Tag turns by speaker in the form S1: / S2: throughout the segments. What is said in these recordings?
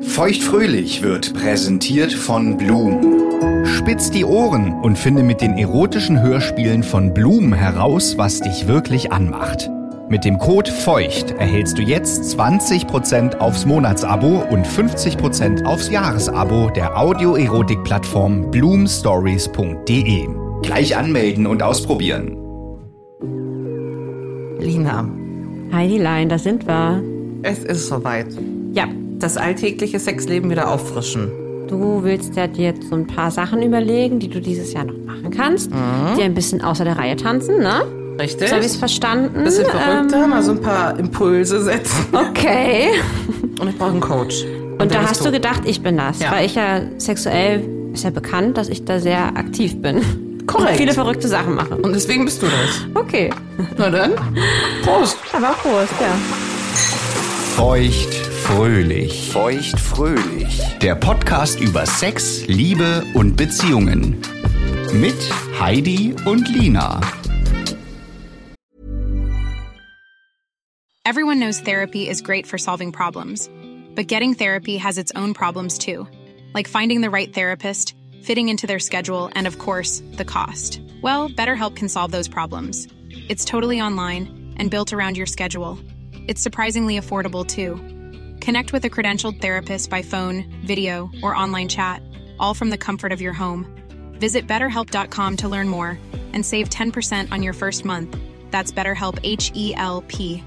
S1: Feuchtfröhlich wird präsentiert von Blum. Spitz die Ohren und finde mit den erotischen Hörspielen von Blum heraus, was dich wirklich anmacht. Mit dem Code FEUCHT erhältst du jetzt 20% aufs Monatsabo und 50% aufs Jahresabo der Audioerotik-Plattform bloomstories.de. E. Gleich anmelden und ausprobieren.
S2: Lina,
S3: Heidilein, da sind wir.
S2: es ist soweit.
S3: Ja,
S2: Das alltägliche Sexleben wieder auffrischen.
S3: du willst ja dir jetzt so ein paar Sachen überlegen, die du dieses Jahr noch machen kannst.
S2: Mhm.
S3: Dir ein bisschen außer der Reihe tanzen, ne?
S2: Richtig?
S3: So habe ich es verstanden. Ähm,
S2: Bisschen verrückter, mal so ein paar Impulse setzen.
S3: Okay.
S2: Und ich brauche einen Coach.
S3: Und
S2: der
S3: da
S2: bist
S3: hast du gedacht, ich bin das.
S2: Ja.
S3: Weil ich ja sexuell, ist ja bekannt, dass ich da sehr aktiv bin.
S2: Korrekt.
S3: Und viele verrückte Sachen mache.
S2: Und deswegen bist du das.
S3: Okay.
S2: Na dann, Prost.
S3: Aber Prost, ja.
S1: Feuchtfröhlich. Feuchtfröhlich. Der Podcast über Sex, Liebe und Beziehungen. Mit Heidi und Lina.
S4: Everyone knows therapy is great for solving problems, but getting therapy has its own problems too, like finding the right therapist, fitting into their schedule, and of course, the cost. Well, BetterHelp can solve those problems. It's totally online and built around your schedule. It's surprisingly affordable too. Connect with a credentialed therapist by phone, video, or online chat, all from the comfort of your home. Visit betterhelp.com to learn more and save 10% on your first month. That's BetterHelp H E L P.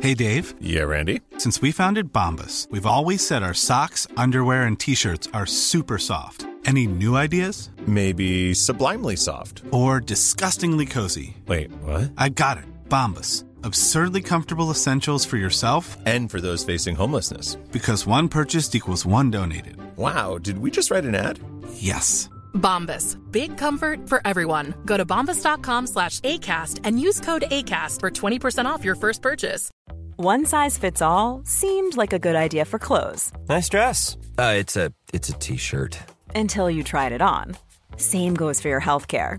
S5: Hey Dave,
S6: Yeah, Randy.
S5: since we founded Bombus, we've always said our socks, underwear, and t shirts are super soft. Any new ideas?
S6: Maybe sublimely soft.
S5: Or disgustingly cozy?
S6: Wait, what?
S5: I got it, Bombus. Absurdly comfortable essentials for yourself
S6: And for those facing homelessness.
S5: because one purchased equals one donated.
S6: Wow, did we just write an ad?
S5: Yes.
S7: Bombas. Big comfort for everyone. Go to bombas.com slash ACAST and use code ACAST for 20% off your first purchase.
S8: One size fits all seemed like a good idea for clothes
S9: Nice dress. Uh, it's a it's a t-shirt.
S8: until you tried it on. Same goes for your healthcare.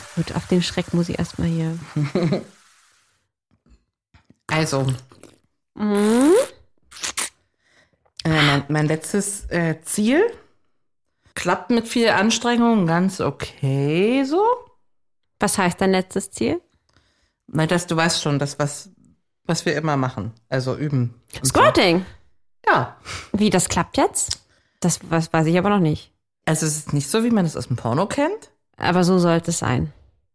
S3: Gut, auf den Schreck muss ich erstmal hier.
S2: Also. Äh, mein, mein letztes äh, Ziel klappt mit viel Anstrengung ganz okay so.
S3: Was heißt dein letztes Ziel?
S2: Na, dass du weißt schon, das, was, was wir immer machen. Also üben. Und so.
S3: Squirting.
S2: Ja.
S3: Wie, das klappt jetzt? Das was weiß ich aber noch nicht.
S2: Also es ist nicht so, wie man es aus dem Porno kennt.
S3: Aber so sollte es sein.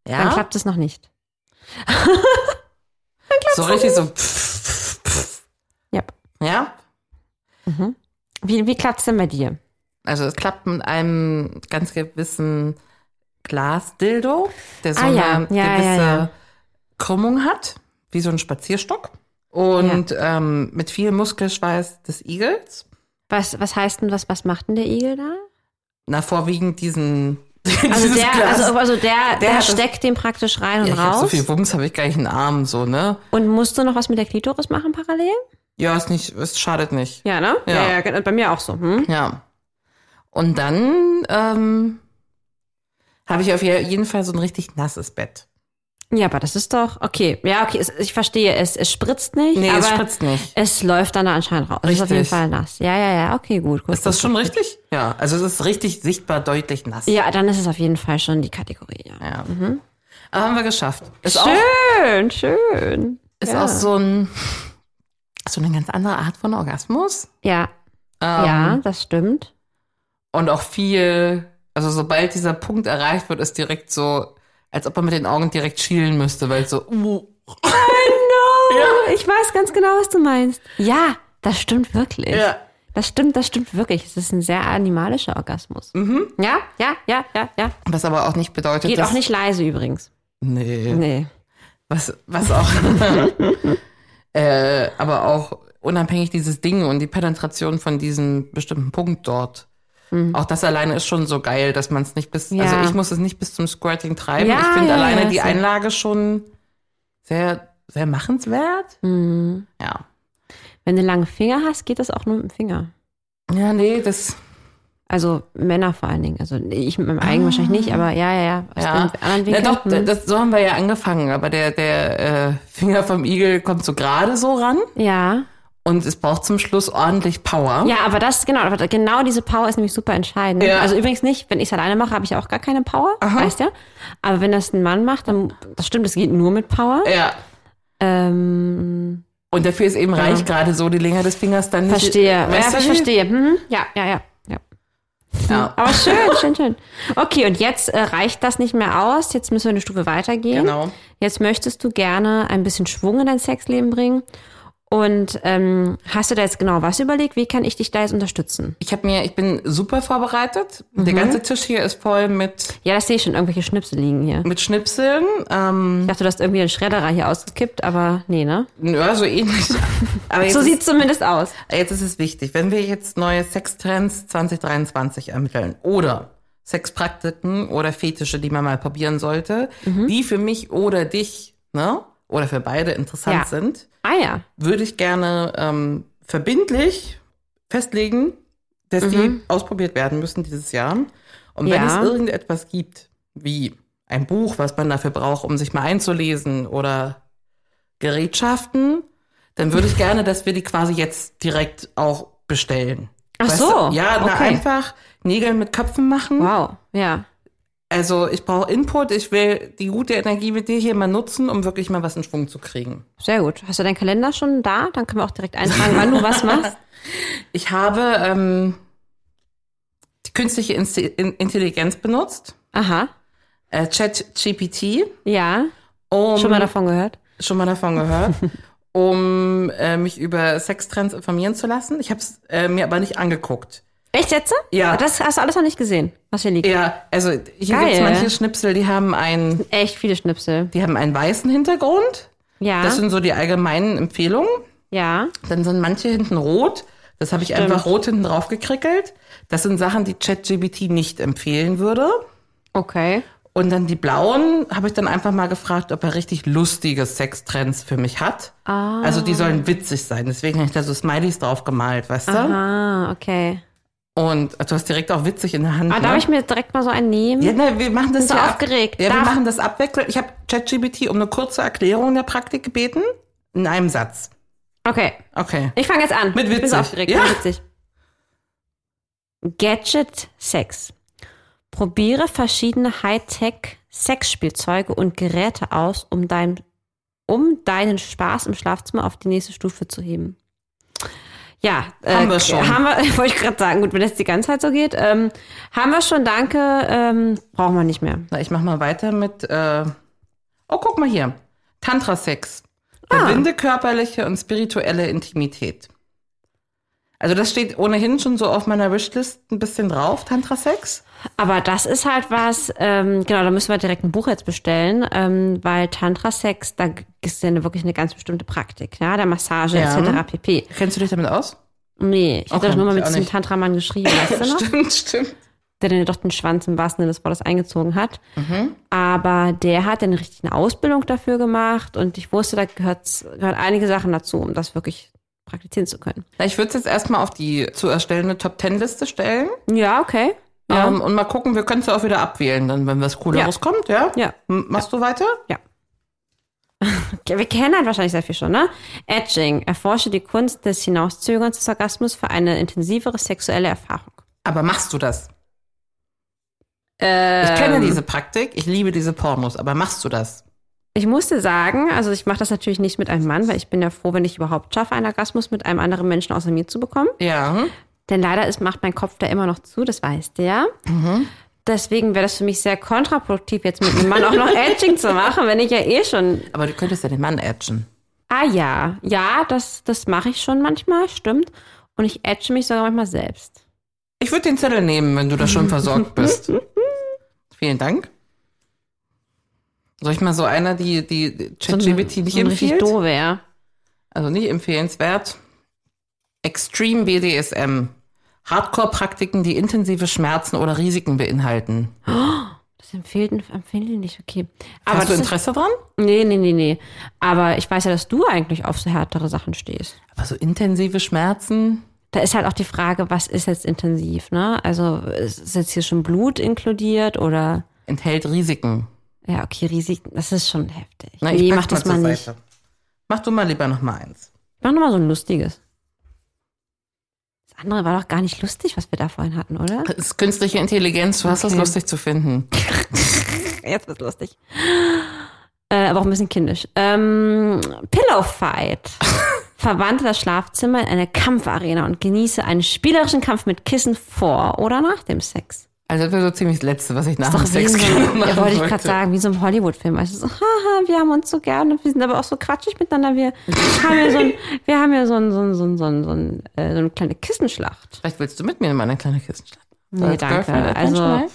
S2: Ja.
S3: Dann klappt es noch nicht.
S2: so richtig so. pff, pff, pff.
S3: Ja.
S2: Ja.
S3: Wie, wie klappt es denn bei dir?
S2: Also es klappt mit einem ganz gewissen Glasdildo, der so
S3: Ah, ja.
S2: eine
S3: Ja, ja,
S2: gewisse
S3: ja.
S2: Krümmung hat, wie so ein Spazierstock. Und ähm, mit viel Muskelschweiß des Igels.
S3: Was, was heißt denn, was, was macht denn der Igel da?
S2: Na, vorwiegend diesen.
S3: Also
S2: dieses
S3: der,
S2: Glas.
S3: also, also der, der,
S2: hat das-
S3: steckt den praktisch rein und
S2: ja, ich hab
S3: raus.
S2: so viel Wumms habe ich gleich in den Arm, so, ne?
S3: und musst du noch was mit der Klitoris machen parallel?
S2: Ja, ist nicht, es schadet nicht.
S3: Ja, ne?
S2: Ja.
S3: ja, genau. bei mir auch so. Hm?
S2: Ja. Und dann ähm, habe ich auf je- jeden Fall so ein richtig nasses Bett.
S3: Ja, aber das ist doch, okay. Ja, okay, es, ich verstehe. Es, es spritzt nicht.
S2: Nee,
S3: aber
S2: es spritzt nicht.
S3: Es läuft dann da anscheinend raus. Ist auf jeden
S2: Richtig.
S3: Fall nass. Ja, ja, ja, okay, gut. gut
S2: Ist das
S3: gut,
S2: schon
S3: gut.
S2: richtig? Ja, also es ist richtig sichtbar deutlich nass.
S3: Ja, dann ist es auf jeden Fall schon die Kategorie. Ja.
S2: ja. Aber haben wir geschafft. Ist, auch,
S3: Schön, schön.
S2: ist
S3: ja.
S2: auch so ein so eine ganz andere Art von Orgasmus.
S3: Ja,
S2: Ähm,
S3: ja, das stimmt.
S2: Und auch viel, also sobald dieser Punkt erreicht wird, ist direkt so, als ob man mit den Augen direkt schielen müsste, weil so, uh,
S3: Oh, Ich weiß ganz genau, was du meinst. Ja, das stimmt wirklich.
S2: Ja.
S3: Das stimmt, das stimmt wirklich. Es ist ein sehr animalischer Orgasmus. Ja, ja, ja, ja, ja.
S2: was aber auch nicht bedeutet,
S3: Geht
S2: dass,
S3: auch nicht leise übrigens.
S2: Nee.
S3: Nee.
S2: Was, was auch. äh, aber auch unabhängig dieses Ding und die Penetration von diesem bestimmten Punkt dort Auch das alleine ist schon so geil, dass man es nicht bis,
S3: Mhm. Ja.
S2: also ich muss es nicht bis zum Squirting treiben.
S3: Ja,
S2: ich finde
S3: ja,
S2: alleine
S3: ja,
S2: die
S3: sehr.
S2: Einlage schon sehr, sehr machenswert.
S3: Mhm.
S2: Ja.
S3: Wenn du lange Finger hast, geht das auch nur mit dem Finger.
S2: Ja, nee, das,
S3: Also Männer vor allen Dingen. Also ich mit meinem eigenen wahrscheinlich nicht, aber ja, ja, ja. Aus
S2: ja.
S3: den anderen
S2: Na
S3: Winkeln,
S2: doch,
S3: hm.
S2: das, so haben wir ja angefangen, aber der, der äh, Finger vom Igel kommt so gerade so ran
S3: ja.
S2: und es braucht zum Schluss ordentlich Power.
S3: Ja, aber das, genau, aber genau diese Power ist nämlich super entscheidend.
S2: Ja.
S3: Also übrigens nicht, wenn ich es alleine mache, habe ich auch gar keine Power, weißt du? Aber wenn das ein Mann macht, dann, das stimmt, das geht nur mit Power.
S2: Ja.
S3: Ähm,
S2: Und dafür ist eben reich gerade so die Länge des Fingers dann nicht.
S3: verstehe.
S2: Weißt du?
S3: ja, ich verstehe. Hm? Ja, ja, ja. ja.
S2: Ja.
S3: Aber schön, schön, schön. Okay, und jetzt äh, reicht das nicht mehr aus. Jetzt müssen wir eine Stufe weitergehen.
S2: Genau.
S3: Jetzt möchtest du gerne ein bisschen Schwung in dein Sexleben bringen. Und ähm, hast du da jetzt genau was überlegt? Wie kann ich dich da jetzt unterstützen?
S2: Ich habe mir, ich bin super vorbereitet. Der
S3: Mhm.
S2: ganze Tisch hier ist voll mit,
S3: Ja, das sehe ich schon. Irgendwelche Schnipsel liegen hier.
S2: mit Schnipseln. Ähm,
S3: Ich dachte, du hast irgendwie einen Schredderer hier ausgekippt, aber nee, ne?
S2: ja, so ähnlich. Aber jetzt,
S3: So
S2: ist,
S3: sieht's zumindest aus.
S2: jetzt ist es wichtig. Wenn wir jetzt neue Sextrends 2023 ermitteln oder Sexpraktiken oder Fetische, die man mal probieren sollte,
S3: Mhm.
S2: die für mich oder dich, ne? Oder für beide interessant
S3: Ja.
S2: sind,
S3: Ah ja.
S2: würde ich gerne ähm, verbindlich festlegen, dass die ausprobiert werden müssen dieses Jahr. Und wenn
S3: Mhm. Ja.
S2: es irgendetwas gibt, wie ein Buch, was man dafür braucht, um sich mal einzulesen oder Gerätschaften, dann würde ich gerne, dass wir die quasi jetzt direkt auch bestellen.
S3: Ach
S2: Weißt
S3: so.
S2: du? Ja, na,
S3: okay.
S2: einfach Nägel mit Köpfen machen.
S3: Wow, ja.
S2: Also ich brauche Input, ich will die gute Energie mit dir hier mal nutzen, um wirklich mal was in Schwung zu kriegen.
S3: Sehr gut. Hast du deinen Kalender schon da? Dann können wir auch direkt eintragen, wann du was machst.
S2: Ich habe ähm, die künstliche Inst In Intelligenz benutzt,
S3: Aha.
S2: äh, ChatGPT.
S3: Ja.
S2: Um,
S3: Schon mal davon gehört?
S2: schon mal davon gehört, um äh, mich über Sextrends informieren zu lassen. Ich habe es äh, mir aber nicht angeguckt.
S3: Echt jetzt?
S2: Ja.
S3: Das hast du alles noch nicht gesehen, was hier liegt.
S2: Ja, also hier
S3: Geil.
S2: gibt es manche Schnipsel, die haben einen,
S3: Echt viele Schnipsel.
S2: die haben einen weißen Hintergrund.
S3: Ja.
S2: Das sind so die allgemeinen Empfehlungen.
S3: ja.
S2: Dann sind manche hinten rot. Das habe ich einfach rot hinten drauf gekrickelt. Das sind Sachen, die ChatGPT nicht empfehlen würde.
S3: Okay.
S2: Und dann die blauen habe ich dann einfach mal gefragt, ob er richtig lustige Sextrends für mich hat.
S3: Ah.
S2: Also die sollen witzig sein. Deswegen habe ich da so Smileys drauf gemalt, weißt
S3: Ah, okay.
S2: du? Und also du hast direkt auch witzig in der Hand.
S3: Ah,
S2: ne?
S3: darf ich mir direkt mal so einen nehmen?
S2: ja, ne, wir machen das
S3: Bin so
S2: ja ab-
S3: aufgeregt.
S2: Ja, wir
S3: Darf-
S2: machen das abwechselnd. Ich habe ChatGPT um eine kurze Erklärung der Praktik gebeten. In einem Satz.
S3: Okay.
S2: Okay.
S3: Ich fange jetzt an.
S2: Mit
S3: Ich bin so
S2: witzig.
S3: aufgeregt.
S2: Ja.
S3: Mit witzig. Gadget Sex. Probiere verschiedene Hightech Sexspielzeuge und Geräte aus, um, dein, um deinen Spaß im Schlafzimmer auf die nächste Stufe zu heben. Ja, äh,
S2: Haben wir schon.
S3: Haben wir, wollte ich gerade sagen, gut, wenn das die ganze Zeit so geht, ähm, haben wir schon, danke, ähm, brauchen wir nicht mehr.
S2: Na, ich mache mal weiter mit. Äh oh, guck mal hier. Tantra-Sex. Verbinde körperliche und spirituelle Intimität. Also das steht ohnehin schon so auf meiner Wishlist ein bisschen drauf, Tantra-Sex.
S3: Aber das ist halt was, ähm, genau, da müssen wir direkt ein Buch jetzt bestellen, ähm, weil Tantra-Sex, da ist ja eine, wirklich eine ganz bestimmte Praktik, ja, der Massage
S2: Ja.
S3: etc. pp.
S2: Kennst du dich damit aus?
S3: Nee, ich
S2: Okay,
S3: habe das nur mal
S2: ich
S3: mit
S2: auch
S3: diesem
S2: nicht.
S3: Tantramann geschrieben, weißt du noch?
S2: Stimmt, stimmt.
S3: Der dann doch den Schwanz im wahrsten Sinne des Wortes eingezogen hat.
S2: Mhm.
S3: Aber der hat dann richtig eine Ausbildung dafür gemacht und ich wusste, da gehört's- gehört einige Sachen dazu, um das wirklich praktizieren zu können.
S2: Na, ich würde es jetzt erstmal auf die zu erstellende Top-10-Liste stellen
S3: Ja, okay. Ja.
S2: ähm, und mal gucken, wir können es ja auch wieder abwählen, dann, wenn was Cooleres
S3: Ja.
S2: kommt, ja?
S3: Ja.
S2: M machst du weiter?
S3: Ja. Wir kennen halt wahrscheinlich sehr viel schon, ne? Edging. Erforsche die Kunst des Hinauszögerns des Orgasmus für eine intensivere sexuelle Erfahrung.
S2: Aber machst du das? Ähm. ich kenne diese Praktik, ich liebe diese Pornos, aber machst du das?
S3: Ich musste sagen, also ich mache das natürlich nicht mit einem Mann, weil ich bin ja froh, wenn ich überhaupt schaffe, einen Orgasmus mit einem anderen Menschen außer mir zu bekommen.
S2: Ja. hm?
S3: Denn leider ist, macht mein Kopf da immer noch zu, das weiß der. Deswegen wäre das für mich sehr kontraproduktiv, jetzt mit einem Mann auch noch Edging zu machen, wenn ich ja eh schon
S2: Aber du könntest ja den Mann edgen.
S3: Ah ja, ja, das, das mache ich schon manchmal, stimmt. Und ich edge mich sogar manchmal selbst.
S2: Ich würde den Zettel nehmen, wenn du da schon versorgt bist. Vielen Dank. Soll ich mal so einer, die die
S3: So eine-
S2: ChatGPT nicht
S3: so eine richtig
S2: empfiehlt?
S3: doof, ja.
S2: Also nicht empfehlenswert. Extreme BDSM. Hardcore-Praktiken, die intensive Schmerzen oder Risiken beinhalten.
S3: Das empfehlen, empfehlen die nicht, okay. Aber
S2: Hast du
S3: das
S2: Interesse dran?
S3: Ist, nee, nee, nee, nee. Aber ich weiß ja, dass du eigentlich auf so härtere Sachen stehst.
S2: Aber so intensive Schmerzen.
S3: Da ist halt auch die Frage, was ist jetzt intensiv, ne? Also ist ist jetzt hier schon Blut inkludiert oder
S2: enthält Risiken.
S3: ja, okay, Risiken, das ist schon heftig.
S2: Na, ich
S3: nee,
S2: pack's
S3: mach das
S2: zur
S3: mal nicht.
S2: Seite. Mach du mal lieber noch mal eins.
S3: Mach nochmal so ein lustiges. Das andere war doch gar nicht lustig, was wir da vorhin hatten, oder?
S2: Das ist künstliche Intelligenz, du hast das
S3: Okay.
S2: lustig zu finden.
S3: Jetzt wird's lustig. Äh, aber auch ein bisschen kindisch. Ähm, Pillow Fight. Verwandle das Schlafzimmer in eine Kampfarena und genieße einen spielerischen Kampf mit Kissen vor oder nach dem Sex.
S2: Also das wäre so ziemlich das Letzte, was ich nach
S3: Ist
S2: dem
S3: doch wie
S2: Sex
S3: so,
S2: gerne
S3: ja,
S2: machen
S3: wollte ich gerade
S2: wollte.
S3: sagen, wie so ein Hollywood-Film. Also so, haha, wir haben uns so gern und wir sind aber auch so quatschig miteinander. Wir haben ja so ein, wir haben ja so ein, so ein, so ein, so ein, so ein, äh, so eine kleine Kissenschlacht.
S2: Vielleicht willst du mit mir in meine kleine Kiste schlafen.
S3: Nee,
S2: Als
S3: danke.
S2: Girlfriend at
S3: Also,
S2: Pensional?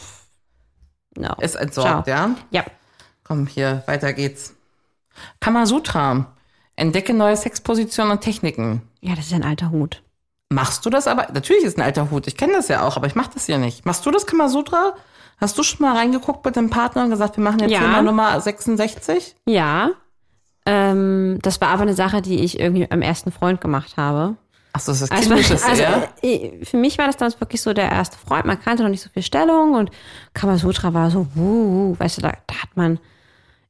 S3: no.
S2: Ist entsorgt, ja?
S3: Ja.
S2: Komm, hier, weiter geht's. Kamasutra. Entdecke neue Sexpositionen und Techniken.
S3: Ja, das ist ja ein alter Hut.
S2: Machst du das aber? Natürlich ist ein alter Hut. Ich kenne das ja auch, aber ich mache das ja nicht. Machst du das Kamasutra? Hast du schon mal reingeguckt mit dem Partner und gesagt, wir machen jetzt
S3: Ja.
S2: Thema Nummer 66?
S3: Ja. Ähm, das war aber eine Sache, die ich irgendwie mit meinem ersten Freund gemacht habe.
S2: Achso, das ist
S3: Also,
S2: kindisches,
S3: also
S2: ja?
S3: äh, für mich war das damals wirklich so der erste Freund. Man kannte noch nicht so viel Stellung und Kamasutra war so, wuh, wuh, weißt du, da, da hat man,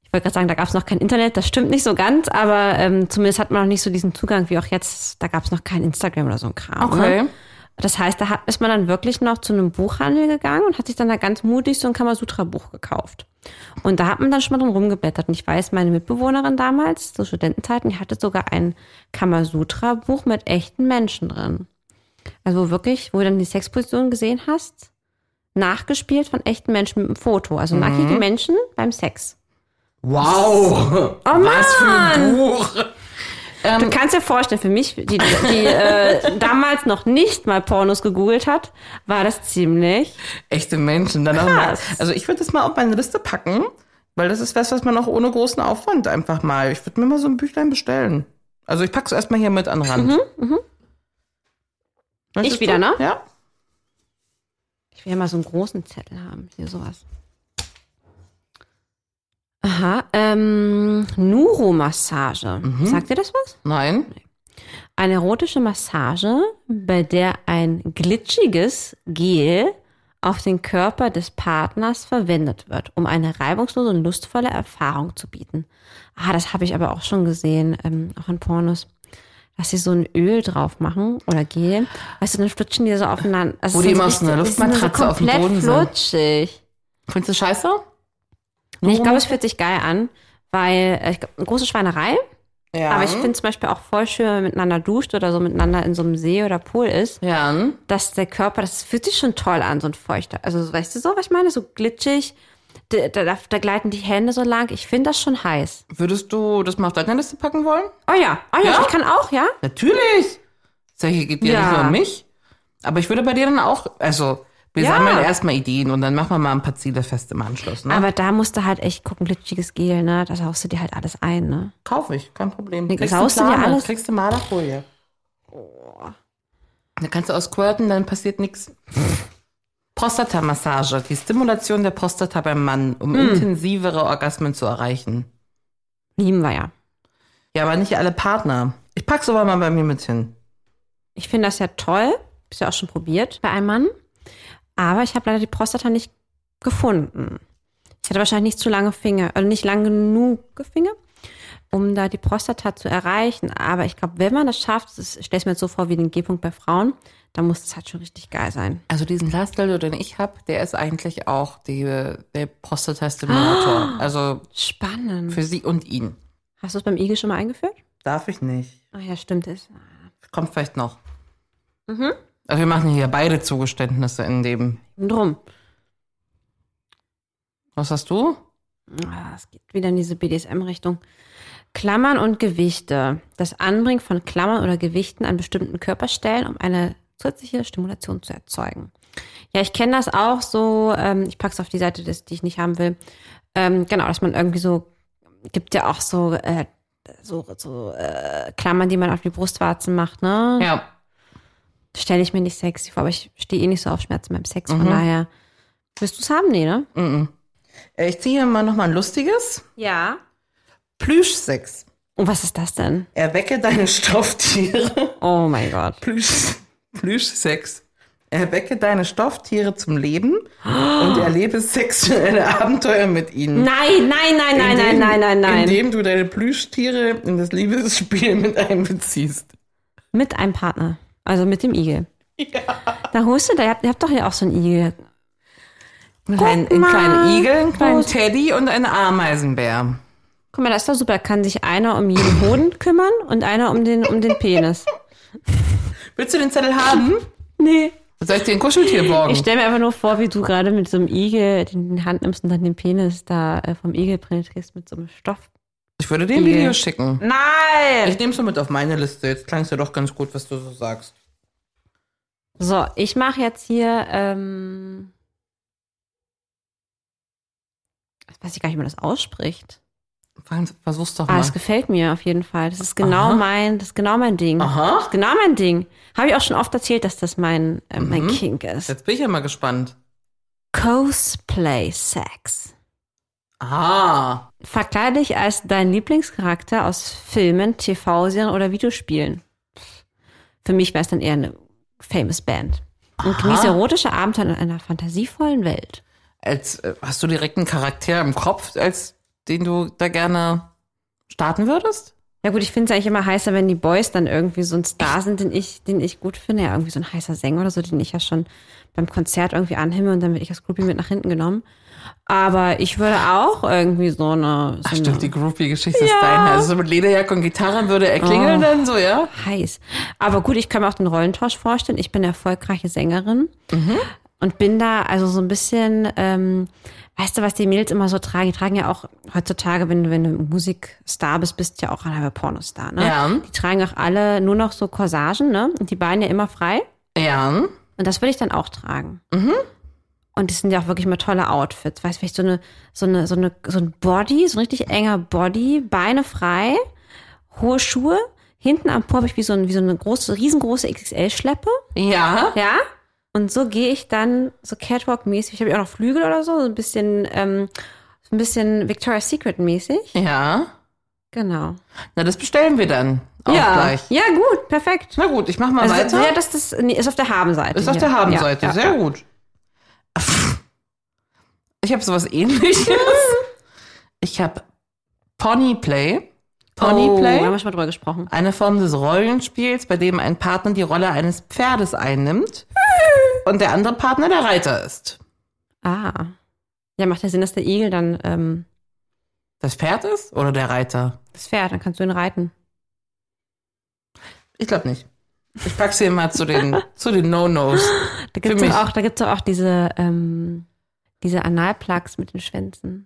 S3: ich wollte gerade sagen, da gab es noch kein Internet, das stimmt nicht so ganz, aber ähm, zumindest hat man noch nicht so diesen Zugang wie auch jetzt, da gab es noch kein Instagram oder so ein Kram.
S2: Okay.
S3: Ne? Das heißt, da hat, ist man dann wirklich noch zu einem Buchhandel gegangen und hat sich dann da ganz mutig so ein Kamasutra-Buch gekauft. Und da hat man dann schon mal drin rumgeblättert. Und ich weiß, meine Mitbewohnerin damals, zu Studentenzeiten, die hatte sogar ein Kamasutra-Buch mit echten Menschen drin. Also wo wirklich, wo du dann die Sexposition gesehen hast, nachgespielt von echten Menschen mit einem Foto. Also nackige Menschen beim Sex.
S2: Wow!
S3: Oh
S2: Was für ein
S3: Mann!
S2: Buch!
S3: Du kannst dir vorstellen, für mich, die, die äh, damals noch nicht mal Pornos gegoogelt hat, war das ziemlich.
S2: Echte Menschen. Dann auch mal,
S3: Krass.
S2: also ich würde das mal auf meine Liste packen, weil das ist was, was man auch ohne großen Aufwand einfach mal. Ich würde mir mal so ein Büchlein bestellen. Also ich packe es erstmal hier mit an den Rand. Möchtest
S3: Mhm, Ich wieder,
S2: du?
S3: ne?
S2: Ja.
S3: Ich will ja mal so einen großen Zettel haben. Hier sowas. Aha. Ähm, Nuro-Massage. Sagt dir das was?
S2: Nein.
S3: Eine erotische Massage, bei der ein glitschiges Gel auf den Körper des Partners verwendet wird, um eine reibungslose und lustvolle Erfahrung zu bieten. Ah, das habe ich aber auch schon gesehen, ähm, auch in Pornos. Dass sie so ein Öl drauf machen oder Gel. Weißt du, dann flutschen die so aufeinander. Also
S2: Wo die
S3: sind
S2: immer aus einer
S3: richtig- die sind
S2: Luftmatratze auf dem
S3: komplett
S2: Boden sind.
S3: flutschig.
S2: Findest du scheiße?
S3: Nee, ich glaube, es fühlt sich geil an, weil äh, ich glaub, eine große Schweinerei.
S2: Ja.
S3: Aber ich finde zum Beispiel auch voll schön, wenn man miteinander duscht oder so miteinander in so einem See oder Pool ist,
S2: Ja. hm?
S3: dass der Körper, das fühlt sich schon toll an, so ein feuchter. Also, so, weißt du so, was ich meine? So glitschig, da, da, da gleiten die Hände so lang. Ich finde das schon heiß.
S2: Würdest du das mal auf deine Liste packen wollen?
S3: Oh ja, oh ja,
S2: Ja?
S3: ich kann auch, ja?
S2: Natürlich. Solche geht ja,
S3: Ja.
S2: nicht nur an mich. Aber ich würde bei dir dann auch, also wir
S3: Ja.
S2: sammeln erstmal Ideen und dann machen wir mal ein paar Ziele fest im Anschluss. Ne?
S3: Aber da musst du halt echt gucken, glitschiges Gel, ne? Da haust du dir halt alles ein, ne?
S2: Kaufe ich, kein Problem.
S3: Nee,
S2: du
S3: saust du dir
S2: Plane,
S3: alles?
S2: Kriegst du Malerfolie. Da kannst du auch squirten, dann passiert nichts. Prostatamassage, die Stimulation der Prostata beim Mann, um intensivere Orgasmen zu erreichen.
S3: Lieben wir ja.
S2: Ja, aber nicht alle Partner. Ich pack's aber mal bei mir mit hin.
S3: Ich finde das ja toll. Hab's ja auch schon probiert bei einem Mann. Aber ich habe leider die Prostata nicht gefunden. Ich hatte wahrscheinlich nicht zu lange Finger, also nicht lang genug Finger, um da die Prostata zu erreichen. Aber ich glaube, wenn man das schafft, das ist- ich stelle es mir jetzt so vor wie den G-Punkt bei Frauen, dann muss es halt schon richtig geil sein.
S2: Also diesen Glasdildo, den ich hab, der ist eigentlich auch die, der Prostata-Stimulator. Also
S3: Spannend.
S2: für sie und ihn.
S3: Hast du es beim IG schon mal eingeführt?
S2: Darf ich nicht.
S3: Ach Ah ja, stimmt. Ist.
S2: Kommt vielleicht noch. Also wir machen hier beide Zugeständnisse in dem.
S3: Und drum.
S2: Was hast du?
S3: Ah, Es geht wieder in diese BDSM-Richtung. Klammern und Gewichte. Das Anbringen von Klammern oder Gewichten an bestimmten Körperstellen, um eine zusätzliche Stimulation zu erzeugen. Ja, ich kenne das auch so. Ähm, ich packe es auf die Seite, des, die ich nicht haben will. Ähm, genau, dass man irgendwie so, gibt ja auch so, äh, so, so äh, Klammern, die man auf die Brustwarzen macht, ne?
S2: Ja.
S3: stelle ich mir nicht sexy vor, aber ich stehe eh nicht so auf Schmerzen beim Sex. Von daher wirst du es haben, nee, ne?
S2: Äh, Ich ziehe hier mal nochmal ein lustiges.
S3: Ja.
S2: Plüschsex.
S3: Und was ist das denn?
S2: Erwecke deine Stofftiere.
S3: Oh mein Gott.
S2: Plüsch, Plüschsex. Erwecke deine Stofftiere zum Leben und erlebe sexuelle Abenteuer mit ihnen.
S3: Nein, nein, nein, nein, nein,
S2: Indem-
S3: nein, nein, nein.
S2: Indem du deine Plüschtiere in das Liebesspiel mit einbeziehst.
S3: Mit einem Partner. Also mit dem Igel. Ja. Da holst du, da, ihr habt, ihr habt doch hier auch so einen Igel.
S2: Ein,
S3: Guck
S2: einen kleinen
S3: mal.
S2: Igel, einen kleinen
S3: Groß.
S2: Teddy und einen Ameisenbär.
S3: Guck mal, das ist doch super. Kann sich einer um jeden Hoden kümmern und einer um den, um den Penis.
S2: Willst du den Zettel haben?
S3: Nee.
S2: Soll ich dir ein Kuscheltier
S3: Ich
S2: borgen?
S3: stelle mir einfach nur vor, wie du gerade mit so einem Igel den in die Hand nimmst und dann den Penis da äh, vom Igel penetrierst mit so einem Stoff.
S2: Ich würde dir ein
S3: Igel.
S2: Video schicken.
S3: Nein!
S2: Ich nehme es mit auf meine Liste. Jetzt klang es ja doch ganz gut, was du so sagst.
S3: So, ich mache jetzt hier, ähm, ich weiß ich gar nicht, wie man das ausspricht.
S2: Franz, Versuch's doch
S3: Ah,
S2: mal.
S3: das gefällt mir auf jeden Fall. Das ist genau
S2: Aha.
S3: mein, das ist genau mein Ding. Das
S2: Aha.
S3: ist genau mein Ding. Habe ich auch schon oft erzählt, dass das mein, äh, mein
S2: Mhm.
S3: Kink ist.
S2: Jetzt bin ich ja mal gespannt.
S3: Cosplay Sex.
S2: Ah.
S3: Verkleide dich als dein Lieblingscharakter aus Filmen, TV-Serien oder Videospielen. Für mich wäre es dann eher eine famous Band. Und genieße erotische Abenteuer in einer fantasievollen Welt.
S2: Als, äh, hast du direkt einen Charakter im Kopf, als den du da gerne starten würdest?
S3: Ja gut, ich finde es eigentlich immer heißer, wenn die Boys dann irgendwie so ein Star sind, den ich, den ich gut finde. Ja, irgendwie so ein heißer Sänger oder so, den ich ja schon beim Konzert irgendwie anhimmel und dann werde ich als Groupie mit nach hinten genommen. Aber ich würde auch irgendwie so eine, so
S2: Ach, stimmt,
S3: eine
S2: die Groupie-Geschichte ist deine. Also so mit Lederjacke und Gitarre würde er klingeln
S3: Oh.
S2: dann so, ja?
S3: heiß. Aber gut, ich kann mir auch den Rollentausch vorstellen. Ich bin erfolgreiche Sängerin und bin da also so ein bisschen, ähm, weißt du, was die Mädels immer so tragen? Die tragen ja auch heutzutage, wenn, du- wenn du Musikstar bist, bist du ja auch ein halber Pornostar, ne?
S2: Ja.
S3: Die tragen auch alle nur noch so Corsagen, ne? Und die Beine ja immer frei.
S2: Ja.
S3: Und das würde ich dann auch tragen.
S2: Mhm.
S3: Und das sind ja auch wirklich mal tolle Outfits. Weißt du, vielleicht so eine, so eine, so eine, so ein Body, so ein richtig enger Body, Beine frei, hohe Schuhe. Hinten am Po habe ich wie so, ein, wie so eine große, riesengroße XXL-Schleppe.
S2: Ja.
S3: Ja. Und so gehe ich dann so Catwalk-mäßig. Ich habe ja auch noch Flügel oder so, so ein bisschen, ähm, so ein bisschen Victoria's Secret-mäßig.
S2: Ja.
S3: Genau.
S2: Na, das bestellen wir dann auch
S3: ja.
S2: gleich.
S3: Ja, gut, perfekt.
S2: Na gut, ich mach mal
S3: Also,
S2: weiter.
S3: ja, das, das nee, ist auf der Habenseite.
S2: ist auf
S3: hier.
S2: der Habenseite.
S3: Ja, ja,
S2: Sehr
S3: ja.
S2: gut. Ich habe sowas ähnliches. Ich habe Ponyplay. Ponyplay.
S3: Oh, da haben wir schon mal drüber gesprochen.
S2: Eine Form des Rollenspiels, bei dem ein Partner die Rolle eines Pferdes einnimmt und der andere Partner der Reiter ist.
S3: Ah. Ja, macht ja Sinn, dass der Igel dann ähm,
S2: Das Pferd ist oder der Reiter?
S3: das Pferd, dann kannst du ihn reiten.
S2: Ich glaube nicht. Ich pack's hier mal zu den, zu den No-Nos.
S3: Da gibt's
S2: Für
S3: doch
S2: mich.
S3: auch, da gibt's doch auch diese, ähm, diese Analplugs mit den Schwänzen.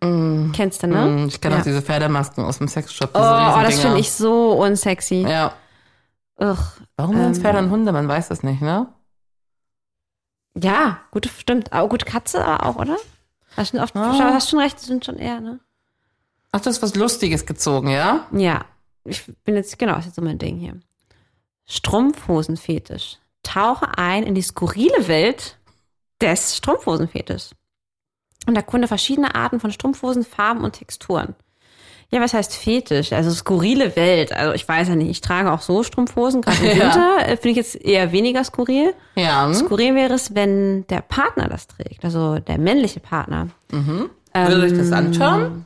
S3: Kennst du, ne?
S2: Mm, Ich kenne
S3: ja.
S2: auch diese Pferdemasken aus dem Sexshop.
S3: Oh,
S2: diese
S3: oh, das
S2: Riesendinger.
S3: finde ich so unsexy.
S2: Ja.
S3: Ugh.
S2: Warum sind
S3: Ähm.
S2: Pferde und Hunde? Man weiß das nicht, ne?
S3: Ja, gut, stimmt. Aber gut, Katze aber auch, oder? Hast schon, oft,
S2: Ah.
S3: hast schon recht, sind schon eher, ne?
S2: Ach, das ist was Lustiges gezogen, ja?
S3: Ja, ich bin jetzt, genau, ist jetzt so mein Ding hier. Strumpfhosenfetisch. Tauche ein in die skurrile Welt des Strumpfhosenfetisch. Und erkunde verschiedene Arten von Strumpfhosen, Farben und Texturen. Ja, was heißt Fetisch? Also skurrile Welt. Also ich weiß ja nicht, ich trage auch so Strumpfhosen, gerade im
S2: Ja.
S3: Winter, äh, finde ich jetzt eher weniger skurril.
S2: Ja. hm?
S3: Skurril wäre es, wenn der Partner das trägt, also der männliche Partner.
S2: Mhm.
S3: Ähm,
S2: Würde ich das anschauen?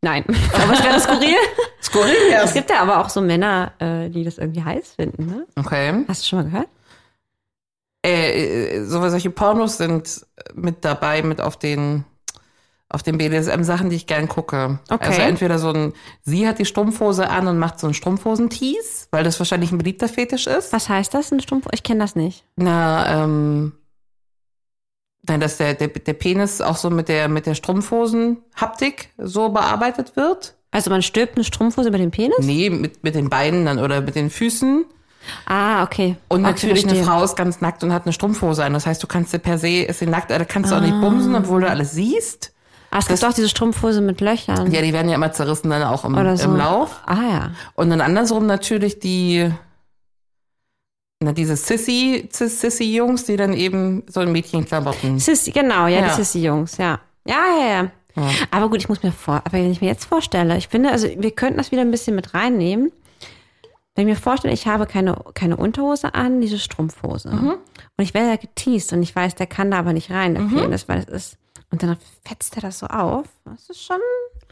S3: Nein, aber es wäre skurril.
S2: Skurril, ja.
S3: Es gibt ja aber auch so Männer, äh, die das irgendwie heiß finden, ne?
S2: Okay.
S3: Hast du schon mal gehört?
S2: Äh, äh, so, solche Pornos sind mit dabei, mit auf den, auf den BDSM-Sachen, die ich gern gucke.
S3: Okay.
S2: Also entweder so ein, sie hat die Strumpfhose an und macht so einen Strumpfhosentease, weil das wahrscheinlich ein beliebter Fetisch ist.
S3: Was heißt das? Ein Strumpf? Ich kenne das nicht.
S2: Na, ähm, nein, dass der, der, der Penis auch so mit der, mit der Strumpfhosen-Haptik so bearbeitet wird.
S3: Also man stülpt eine Strumpfhose über den Penis?
S2: Nee, mit, mit den Beinen dann oder mit den Füßen.
S3: Ah, okay.
S2: Und
S3: okay,
S2: natürlich eine
S3: verstehe.
S2: Frau ist ganz nackt und hat eine Strumpfhose an. Das heißt, du kannst dir per se, ist sie nackt, da kannst du auch nicht bumsen, obwohl du alles siehst.
S3: Ah, es gibt auch diese Strumpfhose mit Löchern.
S2: Ja, die werden ja immer zerrissen dann auch im,
S3: Oder so.
S2: im Lauf.
S3: Ah ja.
S2: Und dann andersrum natürlich die, Na, diese Sissy, Sis- Sissy-Jungs, die dann eben so ein Mädchenklamotten.
S3: Sissi, genau,
S2: Ja.
S3: ja, das ist die Jungs, ja. Ja, ja, ja. Aber gut, ich muss mir vor, aber wenn ich mir jetzt vorstelle, ich finde, also wir könnten das wieder ein bisschen mit reinnehmen. Wenn ich mir vorstelle, ich habe keine, keine Unterhose an, diese Strumpfhose.
S2: Mhm.
S3: Und ich werde da geteased und ich weiß, der kann da aber nicht rein, der
S2: Mhm.
S3: Penis, weil das ist. Und dann fetzt er das so auf. Das ist schon.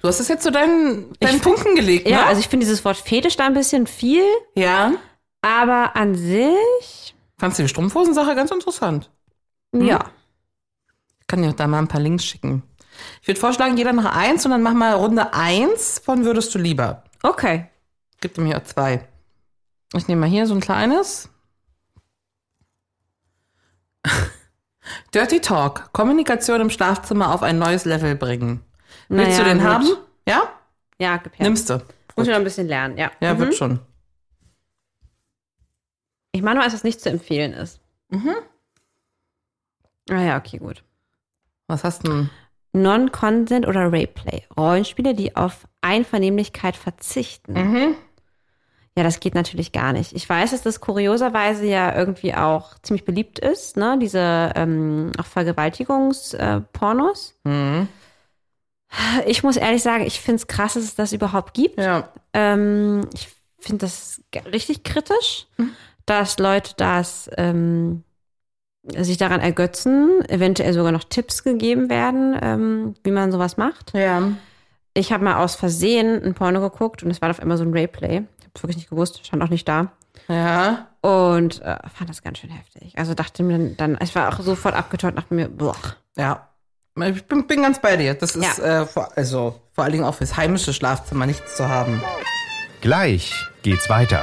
S2: Du hast es jetzt zu deinen, deinen Punkten gelegt,
S3: Ja,
S2: ne?
S3: also ich finde dieses Wort Fetisch da ein bisschen viel,
S2: ja.
S3: aber an sich,
S2: Fandst du die Strumpfhosensache ganz interessant? Mhm.
S3: ja.
S2: Ich kann dir da mal ein paar Links schicken. Ich würde vorschlagen, jeder macht eins und dann mach mal Runde eins von Würdest du lieber.
S3: Okay.
S2: Gibt mir ja zwei. Ich nehme mal hier so ein kleines. Dirty Talk. Kommunikation im Schlafzimmer auf ein neues Level bringen. Willst
S3: Naja,
S2: du den
S3: gut.
S2: haben? Ja?
S3: Ja, gib her.
S2: Nimmst du.
S3: Muss ich noch ein bisschen lernen, ja.
S2: Ja,
S3: Mhm.
S2: wird schon.
S3: Ich meine nur, dass das nicht zu empfehlen ist. Mhm. Ah ja, okay, gut.
S2: Was hast du denn?
S3: Non-Consent oder Rayplay. Rollenspiele, die auf Einvernehmlichkeit verzichten. Ja, das geht natürlich gar nicht. Ich weiß, dass das kurioserweise ja irgendwie auch ziemlich beliebt ist, ne? Diese ähm, auch Vergewaltigungspornos. Äh, Pornos. Ich muss ehrlich sagen, ich finde es krass, dass es das überhaupt gibt.
S2: Ja.
S3: Ähm, ich finde das g- richtig kritisch, dass Leute das ähm, sich daran ergötzen, eventuell sogar noch Tipps gegeben werden, ähm, wie man sowas macht.
S2: Ja.
S3: Ich habe mal aus Versehen ein Porno geguckt und es war auf einmal so ein Rayplay. Ich habe es wirklich nicht gewusst, stand auch nicht da.
S2: Ja.
S3: Und äh, fand das ganz schön heftig. Also dachte mir dann, dann ich war auch sofort abgetäuscht, dachte mir, boah.
S2: Ja. Ich bin, bin ganz bei dir. Das ist
S3: Ja.
S2: äh, vor, also vor allen Dingen auch fürs heimische Schlafzimmer nichts zu haben.
S1: Gleich geht's weiter.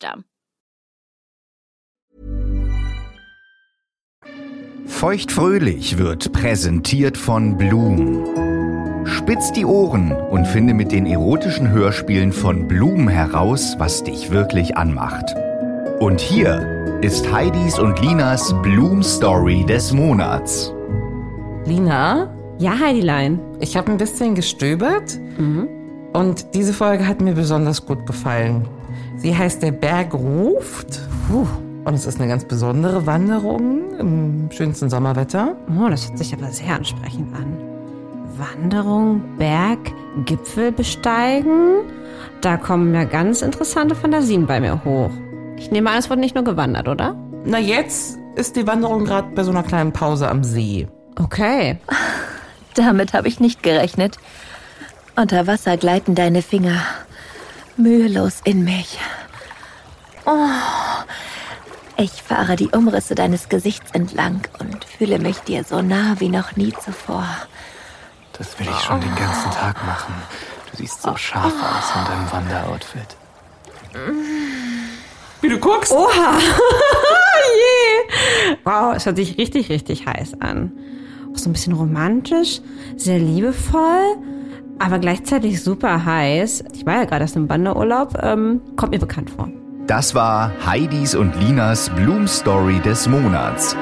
S1: Feuchtfröhlich wird präsentiert von Bloom. Spitz die Ohren und finde mit den erotischen Hörspielen von Bloom heraus, was dich wirklich anmacht. Und hier ist Heidis und Linas Bloom Story des Monats.
S2: Lina,
S3: Ja, Heidilein.
S2: ich habe ein bisschen gestöbert und diese Folge hat mir besonders gut gefallen. Sie heißt Der Berg ruft und es ist eine ganz besondere Wanderung im schönsten Sommerwetter.
S3: Oh, das hört sich aber sehr ansprechend an. Wanderung, Berg, Gipfel besteigen. Da kommen ja ganz interessante Fantasien bei mir hoch. Ich nehme an, es wurde nicht nur gewandert, oder?
S2: Na, jetzt ist die Wanderung gerade bei so einer kleinen Pause am See.
S3: Okay.
S10: Damit habe ich nicht gerechnet. Unter Wasser gleiten deine Finger mühelos in mich. Oh, ich fahre die Umrisse deines Gesichts entlang und fühle mich dir so nah wie noch nie zuvor.
S9: Das will ich schon den ganzen Tag machen. Du siehst so scharf aus in deinem Wanderoutfit.
S2: Wie du guckst.
S3: Wow, es hört sich richtig, richtig heiß an. Auch so ein bisschen romantisch, sehr liebevoll, aber gleichzeitig super heiß. Ich war ja gerade aus einem Wanderurlaub. Ähm, kommt mir bekannt vor.
S1: Das war Heidis und Linas Bloom Story des Monats.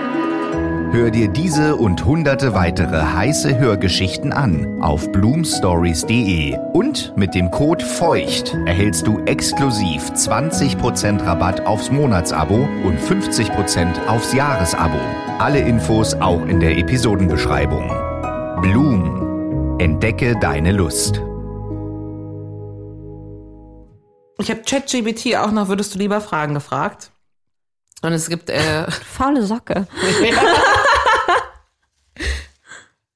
S1: Hör dir diese und hunderte weitere heiße Hörgeschichten an auf bloomstories.de und mit dem Code FEUCHT erhältst du exklusiv 20% Rabatt aufs Monatsabo und 50% aufs Jahresabo. Alle Infos auch in der Episodenbeschreibung. Bloom. Entdecke deine Lust.
S2: Ich habe ChatGBT auch noch, würdest du lieber Fragen gefragt? Und es gibt. Äh,
S3: Faule Socke.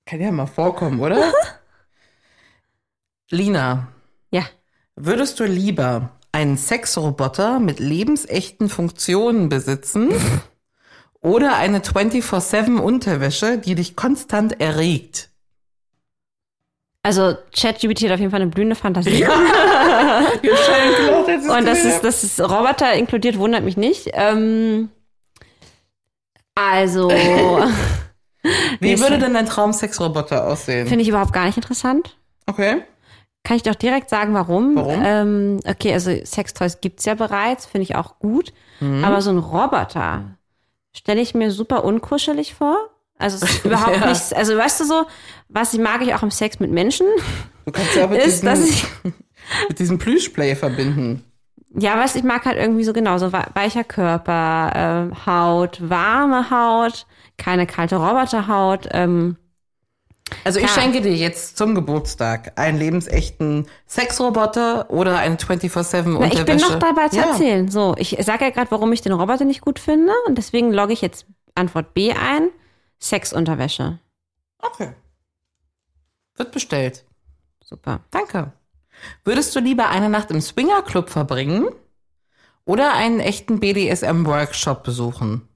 S2: Kann ja mal vorkommen, oder? Lina.
S3: Ja.
S2: Würdest du lieber einen Sexroboter mit lebensechten Funktionen besitzen oder eine 24-7 Unterwäsche, die dich konstant erregt?
S3: Also ChatGPT hat auf jeden Fall eine blühende Fantasie.
S2: Wir scheinen gelacht, als es
S3: Und das
S2: gewesen
S3: ist, das ist Roboter inkludiert, wundert mich nicht. Ähm, also,
S2: Wie
S3: Nee,
S2: würde
S3: so-
S2: denn dein Traumsexroboter aussehen?
S3: finde ich überhaupt gar nicht interessant.
S2: Okay.
S3: Kann ich doch direkt sagen, warum.
S2: Warum?
S3: Ähm, okay, also Sextoys gibt's ja bereits, finde ich auch gut.
S2: Mhm.
S3: Aber so ein Roboter stelle ich mir super unkuschelig vor. Also es ist überhaupt
S2: Ja.
S3: nichts. Also weißt du so, was ich mag ich auch im Sex mit Menschen,
S2: Du kannst ja mit,
S3: ist,
S2: diesem,
S3: dass ich
S2: mit diesem Plüschplay verbinden.
S3: Ja, weißt ich mag halt irgendwie so genau, so wei- weicher Körper, ähm, Haut, warme Haut, keine kalte Roboterhaut. Ähm,
S2: Also ich
S3: Ja.
S2: schenke dir jetzt zum Geburtstag einen lebensechten Sexroboter oder eine 24-7
S3: na,
S2: Unterwäsche.
S3: ich bin noch dabei zu
S2: Ja.
S3: erzählen. So, ich sage ja gerade, warum ich den Roboter nicht gut finde und deswegen logge ich jetzt Antwort B ein, Sexunterwäsche.
S2: Okay. Wird bestellt.
S3: Super.
S2: Danke. Würdest du lieber eine Nacht im Swingerclub verbringen oder einen echten BDSM-Workshop besuchen?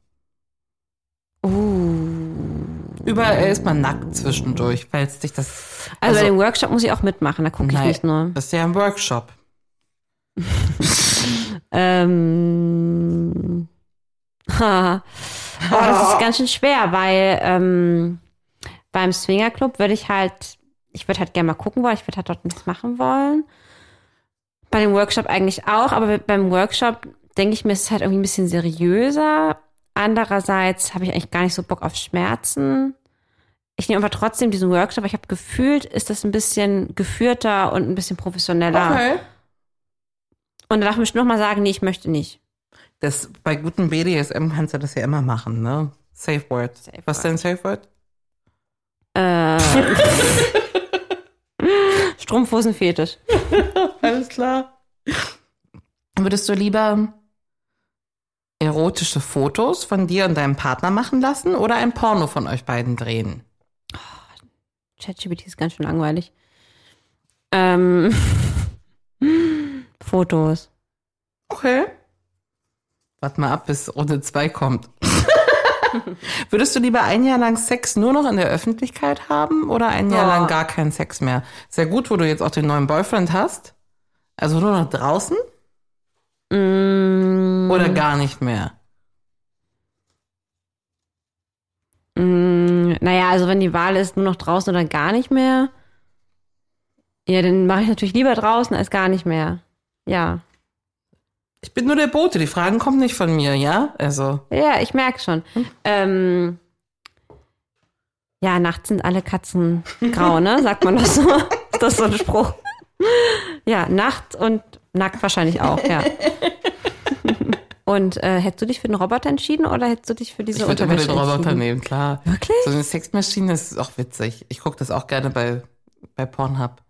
S2: Überall äh, ist man nackt zwischendurch, falls dich das.
S3: Also, bei dem Workshop muss ich auch mitmachen, da gucke ich
S2: nein,
S3: nicht ne? nur.
S2: Das ist ja ein Workshop.
S3: Ähm, haha. oh, das ist ganz schön schwer, weil ähm, beim Swingerclub würde ich halt, ich würde halt gerne mal gucken wollen, ich würde halt dort nichts machen wollen. Bei dem Workshop eigentlich auch, aber beim Workshop denke ich mir, es ist halt irgendwie ein bisschen seriöser. Andererseits habe ich eigentlich gar nicht so Bock auf Schmerzen. Ich nehme aber trotzdem diesen Workshop, weil ich habe gefühlt, ist das ein bisschen geführter und ein bisschen professioneller.
S2: Okay.
S3: Und danach möchte ich nochmal sagen, nee, ich möchte nicht.
S2: Das, bei gutem BDSM kannst du das ja immer machen, ne? Safe Word. Was ist dein Safe Word?
S3: Äh, Strumpfhosenfetisch.
S2: Alles klar. Würdest du lieber erotische Fotos von dir und deinem Partner machen lassen oder ein Porno von euch beiden drehen?
S3: ChatGPT ist ganz schön langweilig. Ähm, Fotos.
S2: Okay. Warte mal ab, bis Runde 2 kommt. Würdest du lieber ein Jahr lang Sex nur noch in der Öffentlichkeit haben oder ein Jahr
S3: Oh.
S2: lang gar keinen Sex mehr? Sehr gut, wo du jetzt auch den neuen Boyfriend hast. Also nur noch draußen
S3: Mm,
S2: oder gar nicht mehr?
S3: Mm, naja, also wenn die Wahl ist, nur noch draußen oder gar nicht mehr. Ja, dann mache ich natürlich lieber draußen als gar nicht mehr. Ja.
S2: Ich bin nur der Bote, die Fragen kommen nicht von mir, ja? Also.
S3: Ja, ich merke schon.
S2: Hm.
S3: Ähm, ja, nachts sind alle Katzen grau, ne? Sagt man das so? Ist das so ein Spruch? Ja, nachts und nackt wahrscheinlich auch, ja. Und äh, hättest du dich für den Roboter entschieden oder hättest du dich für diese
S2: Ich würde immer
S3: Unterwäsche
S2: den Roboter
S3: entschieden?
S2: nehmen, klar.
S3: Wirklich?
S2: So eine Sexmaschine ist auch witzig. Ich gucke das auch gerne bei, bei Pornhub.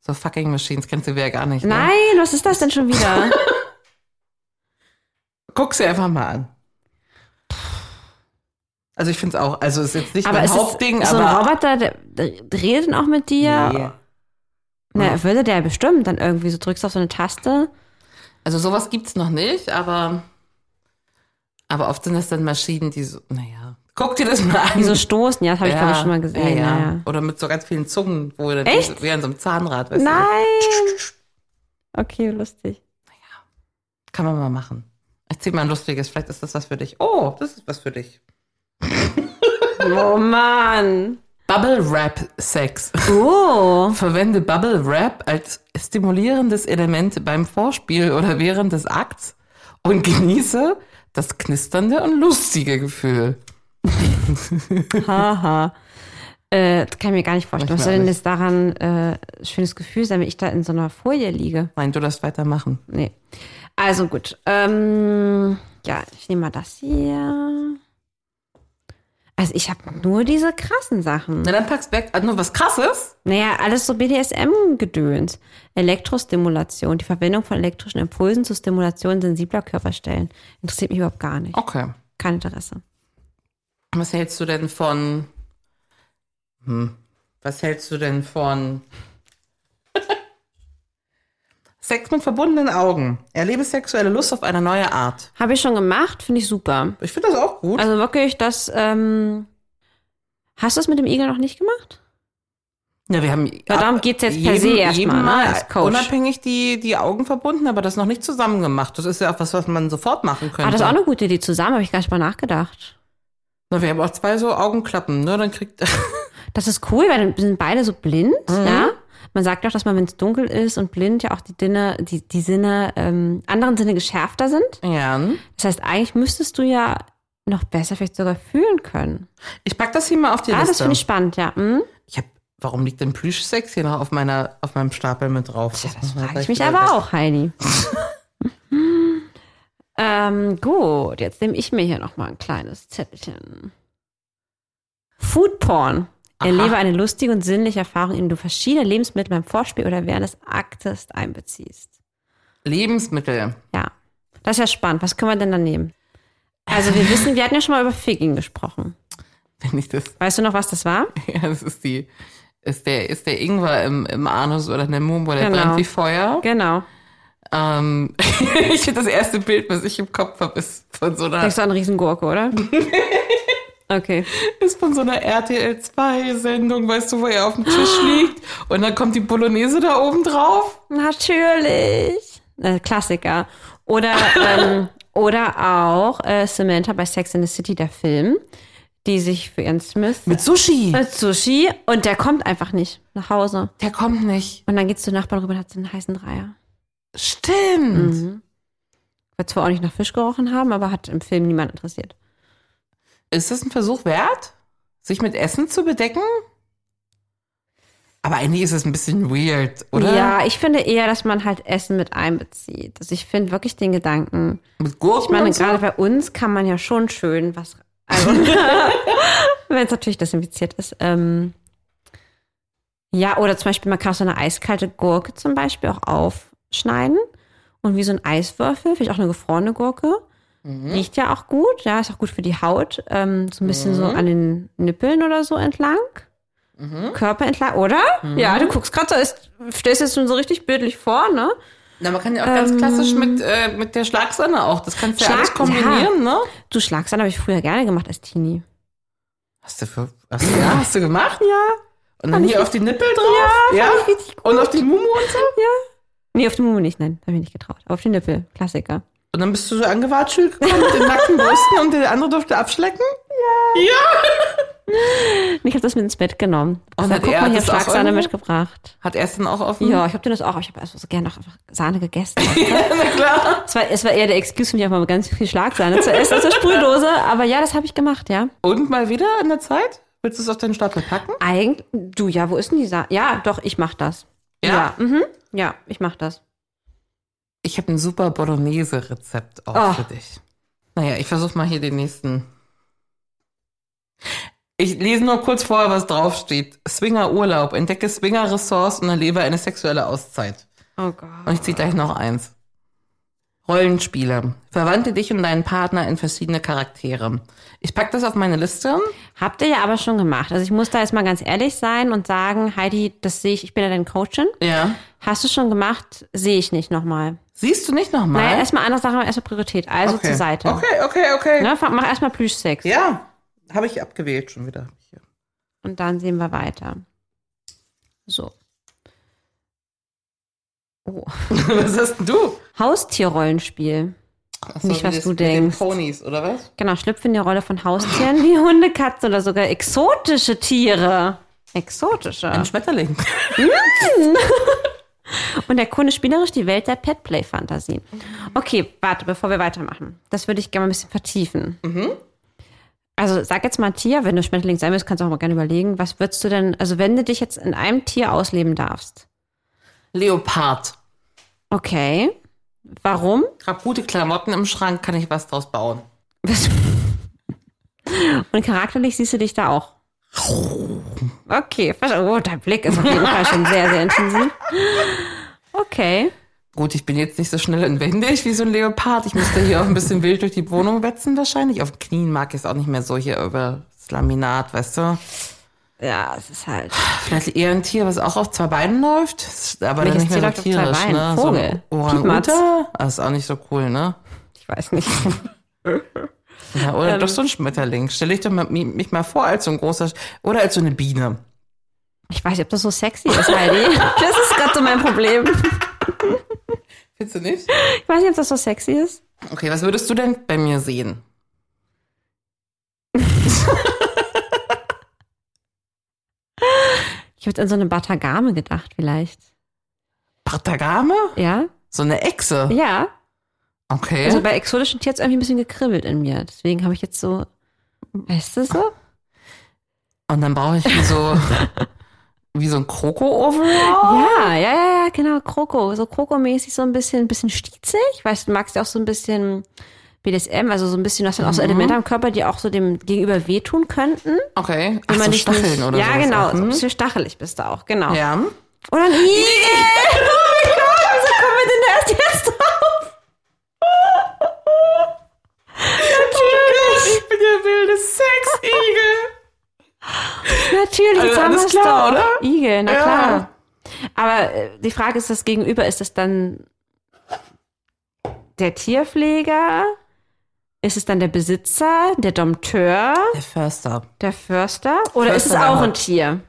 S2: So fucking Machines, kennst du ja gar nicht.
S3: Nein,
S2: Ne?
S3: was ist das denn schon wieder?
S2: Guck sie einfach mal an. Also ich finde es auch, also ist jetzt nicht
S3: aber
S2: mein
S3: ist
S2: Hauptding,
S3: es so ein
S2: aber.
S3: Roboter, der, der redet denn auch mit dir?
S2: Nee.
S3: Na, würde der bestimmt dann irgendwie so drückst auf so eine Taste.
S2: Also sowas gibt's noch nicht, aber. Aber oft sind das dann Maschinen, die so, naja. Guck dir das mal an.
S3: Wie so stoßen, ja, das habe ich glaube ich schon mal gesehen.
S2: Hm. Ja, ja.
S3: ja.
S2: Oder mit so ganz vielen Zungen, wo dann
S3: Echt?
S2: wie an so einem Zahnrad, weißt du?
S3: Nein! Okay, lustig.
S2: Kann man mal machen. Ich zieh mal ein lustiges, vielleicht ist das was für dich. Oh, das ist was für dich.
S3: Oh Mann.
S2: Bubble Wrap Sex.
S3: Oh.
S2: Verwende Bubble Wrap als stimulierendes Element beim Vorspiel oder während des Akts und genieße das knisternde und lustige Gefühl.
S3: Haha. Äh, das kann ich mir gar nicht vorstellen.
S2: Weiß mir
S3: Was soll denn
S2: auch
S3: jetzt daran äh, schönes Gefühl sein, wenn ich da in so einer Folie liege?
S2: Nein, du darfst weitermachen.
S3: Nee. Also gut. Ähm, ja, ich nehme mal das hier. Also ich habe nur diese krassen Sachen.
S2: Na, dann packst du weg. Also nur was krasses?
S3: Naja, alles so BDSM-Gedöns. Elektrostimulation, die Verwendung von elektrischen Impulsen zur Stimulation sensibler Körperstellen. Interessiert mich überhaupt gar nicht.
S2: Okay.
S3: Kein Interesse.
S2: Was hältst du denn von. Hm. Was hältst du denn von. Sex mit verbundenen Augen. Erlebe sexuelle Lust auf eine neue Art.
S3: Habe ich schon gemacht, finde ich super.
S2: Ich finde das auch gut.
S3: Also wirklich, das, ähm, hast du es mit dem Igel noch nicht gemacht?
S2: Ja, wir haben.
S3: Ja, darum
S2: ab-
S3: geht's jetzt per se erstmal,
S2: jedem
S3: ne,
S2: Mal
S3: als Coach.
S2: Unabhängig die, die Augen verbunden, aber das noch nicht zusammen gemacht. Das ist ja auch was, was man sofort machen könnte.
S3: Ah, das ist auch eine gute Idee zusammen, habe ich gar nicht mal nachgedacht.
S2: Na, wir haben auch zwei so Augenklappen, ne? Dann kriegt.
S3: Das ist cool, weil dann sind beide so blind,
S2: Mhm.
S3: ja. Man sagt ja auch, dass man, wenn es dunkel ist und blind, ja auch die Dinge, die, die Sinne, ähm, anderen Sinne geschärfter sind.
S2: ja. ne?
S3: Das heißt, eigentlich müsstest du ja noch besser vielleicht sogar fühlen können.
S2: Ich pack das hier mal auf die
S3: ah, das
S2: Liste.
S3: finde ich spannend, ja. Hm?
S2: Ich hab, warum liegt denn Plüschsex hier noch auf meiner, auf meinem Stapel mit drauf? Das, muss man
S3: Frag ich
S2: gleich
S3: mich
S2: wieder
S3: aber
S2: weg-
S3: auch, Heidi. ähm, gut, jetzt nehme ich mir hier nochmal ein kleines Zettelchen. Foodporn.
S2: Aha.
S3: Erlebe eine lustige und sinnliche Erfahrung, indem du verschiedene Lebensmittel beim Vorspiel oder während des Aktes einbeziehst.
S2: Lebensmittel.
S3: Ja, das ist ja spannend. Was können wir denn da nehmen? Also wir wissen, wir hatten ja schon mal über Figging gesprochen.
S2: Wenn ich das.
S3: Weißt du noch, was das war?
S2: Ja, das ist die. Ist der, ist der Ingwer im, im Anus oder in der Mumbo, der
S3: Genau.
S2: brennt wie Feuer.
S3: Genau.
S2: Ähm, ich finde das erste Bild, was ich im Kopf habe, ist von so einer,
S3: Denkst du an Riesengurke, oder? Okay.
S2: ist von so einer RTL 2 Sendung, weißt du, wo er auf dem Tisch liegt und dann kommt die Bolognese da oben drauf.
S3: Natürlich. Äh, Klassiker. Oder, ähm, oder auch äh, Samantha bei Sex in the City, der Film, die sich für Ian Smith
S2: Mit Sushi.
S3: mit Sushi und der kommt einfach nicht nach Hause.
S2: Der kommt nicht.
S3: Und dann geht's zur Nachbarn rüber und hat so einen heißen Dreier.
S2: Stimmt.
S3: Mhm. Wird zwar auch nicht nach Fisch gerochen haben, aber hat im Film niemand interessiert.
S2: Ist das ein Versuch wert, sich mit Essen zu bedecken? Aber eigentlich ist es ein bisschen weird, oder?
S3: Ja, ich finde eher, dass man halt Essen mit einbezieht. Also ich finde wirklich den Gedanken.
S2: Mit Gurken
S3: Ich meine,
S2: und so?
S3: gerade bei uns kann man ja schon schön was. Also, wenn es natürlich desinfiziert ist. Ähm, ja, oder zum Beispiel, man kann auch so eine eiskalte Gurke zum Beispiel auch aufschneiden und wie so ein Eiswürfel, vielleicht auch eine gefrorene Gurke.
S2: Mhm.
S3: Riecht ja auch gut, ja, ist auch gut für die Haut. Ähm, so ein bisschen so
S2: Mhm.
S3: an den Nippeln oder so entlang. Körper entlang, oder?
S2: Mhm.
S3: Ja, du guckst gerade so, ist, stellst es schon so richtig bildlich vor, ne?
S2: Na, man kann ja auch ganz klassisch mit, äh, mit der Schlagsahne auch. Das kannst du ja
S3: ähm, Schlag-
S2: alles kombinieren, ne?
S3: Du Schlagsahne habe ich früher gerne gemacht als Teenie.
S2: Hast du, für, hast, du, ja, hast du gemacht? Ja. Und dann
S3: Fand
S2: hier
S3: ich-
S2: auf die Nippel drauf? Ja,
S3: Fand ich richtig gut.
S2: Und auf die Mumu und so?
S3: Nee, auf die Mumu nicht, nein, habe ich nicht getraut. Aber auf die Nippel, Klassiker.
S2: Und dann bist du so angewatschelt gekommen mit den nackten Brüsten und der andere durfte abschlecken? Ja. Ja.
S3: Mich hat das mit ins Bett genommen.
S2: Und
S3: Und
S2: hat
S3: dann guck
S2: er
S3: mal, ich
S2: das
S3: habe
S2: auch
S3: Schlagsahne
S2: irgendwo?
S3: mitgebracht.
S2: Hat er es dann auch offen?
S3: Ja, ich habe dir das auch, aber ich habe also so gerne auch einfach Sahne gegessen. Es war, es war eher der Excuse, für mich einfach mal ganz viel Schlagsahne zu essen aus der Sprühdose. Aber ja, das habe ich gemacht, ja.
S2: Und mal wieder in der Zeit? Willst du es auf deinen Stapel packen?
S3: Eigentlich, du, ja, wo ist denn die Sahne? Ja, doch, ich mach das.
S2: Ja.
S3: Ja, mhm, ja ich mach das.
S2: Ich habe ein super Bolognese-Rezept auch
S3: Ah.
S2: für dich. Naja, ich versuche mal hier den nächsten. Ich lese nur kurz vorher, was draufsteht. Swinger Urlaub. Entdecke Swinger Ressorts und erlebe eine sexuelle Auszeit.
S3: Oh Gott.
S2: Und ich ziehe gleich noch eins. Rollenspiele. Verwandle dich und deinen Partner in verschiedene Charaktere. Ich pack das auf meine Liste.
S3: Habt ihr ja aber schon gemacht. Also ich muss da jetzt mal ganz ehrlich sein und sagen, Heidi, das sehe ich, ich bin ja dein Coachin.
S2: Ja.
S3: Hast du schon gemacht, sehe ich nicht nochmal.
S2: Siehst du nicht nochmal?
S3: Naja, erstmal andere Sachen, erstmal Priorität. Also
S2: okay.
S3: zur Seite.
S2: Okay, okay, okay.
S3: Ne, fang- mach erstmal Plüschsex.
S2: Ja, habe ich abgewählt schon wieder. Hier.
S3: Und dann sehen wir weiter. So. Oh.
S2: was hast denn du?
S3: Haustierrollenspiel.
S2: Ach
S3: Nicht, was
S2: das
S3: du
S2: mit den
S3: denkst.
S2: Ponys, oder was?
S3: Genau, schlüpfe in die Rolle von Haustieren wie Hunde, Katzen oder sogar exotische Tiere. Exotische.
S2: Ein Schmetterling.
S3: Und erkunde spielerisch die Welt der Petplay-Fantasien. Okay, warte, bevor wir weitermachen. Das würde ich gerne mal ein bisschen vertiefen. Also sag jetzt mal ein Tier, wenn du Schmetterling sein willst, kannst du auch mal gerne überlegen, was würdest du denn, also wenn du dich jetzt in einem Tier ausleben darfst.
S2: Leopard.
S3: Okay. Warum?
S2: Hab gute Klamotten im Schrank, kann ich was draus bauen.
S3: Was- Und charakterlich siehst du dich da auch. Okay, verste- oh, dein Blick ist auf jeden Fall schon sehr, sehr intensiv. Okay.
S2: Gut, ich bin jetzt nicht so schnell entwendig wie so ein Leopard. Ich müsste hier auch ein bisschen wild durch die Wohnung wetzen wahrscheinlich. Auf den Knien mag ich es auch nicht mehr so hier über das Laminat, weißt du?
S3: Ja, es ist halt.
S2: Vielleicht eher ein Tier, was auch auf zwei Beinen läuft, aber dann
S3: Welches
S2: nicht mehr so
S3: Tier läuft auf zwei
S2: tierisch,
S3: Beinen?
S2: ne?
S3: Vogel.
S2: So
S3: Piepmatz.
S2: Orang-Utan? Das ist auch nicht so cool, ne?
S3: Ich weiß nicht.
S2: Ja, oder
S3: Ähm.
S2: doch so ein Schmetterling. Stell ich doch mal, mi- mich mal vor als so ein großer, Sch- oder als so eine Biene.
S3: Ich weiß nicht, ob das so sexy ist, Heidi. Das ist gerade so mein Problem.
S2: Findest du nicht?
S3: Ich weiß nicht, ob das so sexy ist.
S2: Okay, was würdest du denn bei mir sehen?
S3: Ich habe an so eine Batagame gedacht, vielleicht.
S2: Partagame?
S3: Ja?
S2: So eine Echse?
S3: Ja.
S2: Okay.
S3: Also bei exotischen Tieren hat's irgendwie ein bisschen gekribbelt in mir. Deswegen habe ich jetzt so. Weißt du so?
S2: Und dann brauche ich wie so, wie so ein Kroko-Overall?
S3: Ja, ja, ja, ja, genau. Kroko. So Kroko-mäßig, so ein bisschen, ein bisschen stietzig. Weißt du, du magst ja auch so ein bisschen BDSM, also so ein bisschen, du hast dann auch so
S2: Mhm.
S3: Elemente am Körper, die auch so dem Gegenüber wehtun könnten.
S2: Okay.
S3: wenn
S2: Ach, so
S3: dich
S2: Stacheln oder
S3: Ja,
S2: sowas
S3: genau.
S2: auch,
S3: So ein
S2: hm?
S3: bisschen stachelig bist du auch, genau.
S2: Ja.
S3: Oder ein Igel. oh mein Gott, wieso kommen wir denn erst jetzt drauf? Natürlich,
S2: Ich bin der wilde Sexigel.
S3: natürlich,
S2: Also
S3: jetzt haben
S2: alles
S3: wir's
S2: klar,
S3: doch.
S2: oder?
S3: Igel, na
S2: Ja.
S3: klar. Aber äh, die Frage ist, das Gegenüber, ist das dann der Tierpfleger? Ist es dann der Besitzer, der Dompteur,
S2: Der Förster.
S3: der Förster? Oder ist es
S2: Förster,
S3: auch
S2: ja.
S3: ein Tier?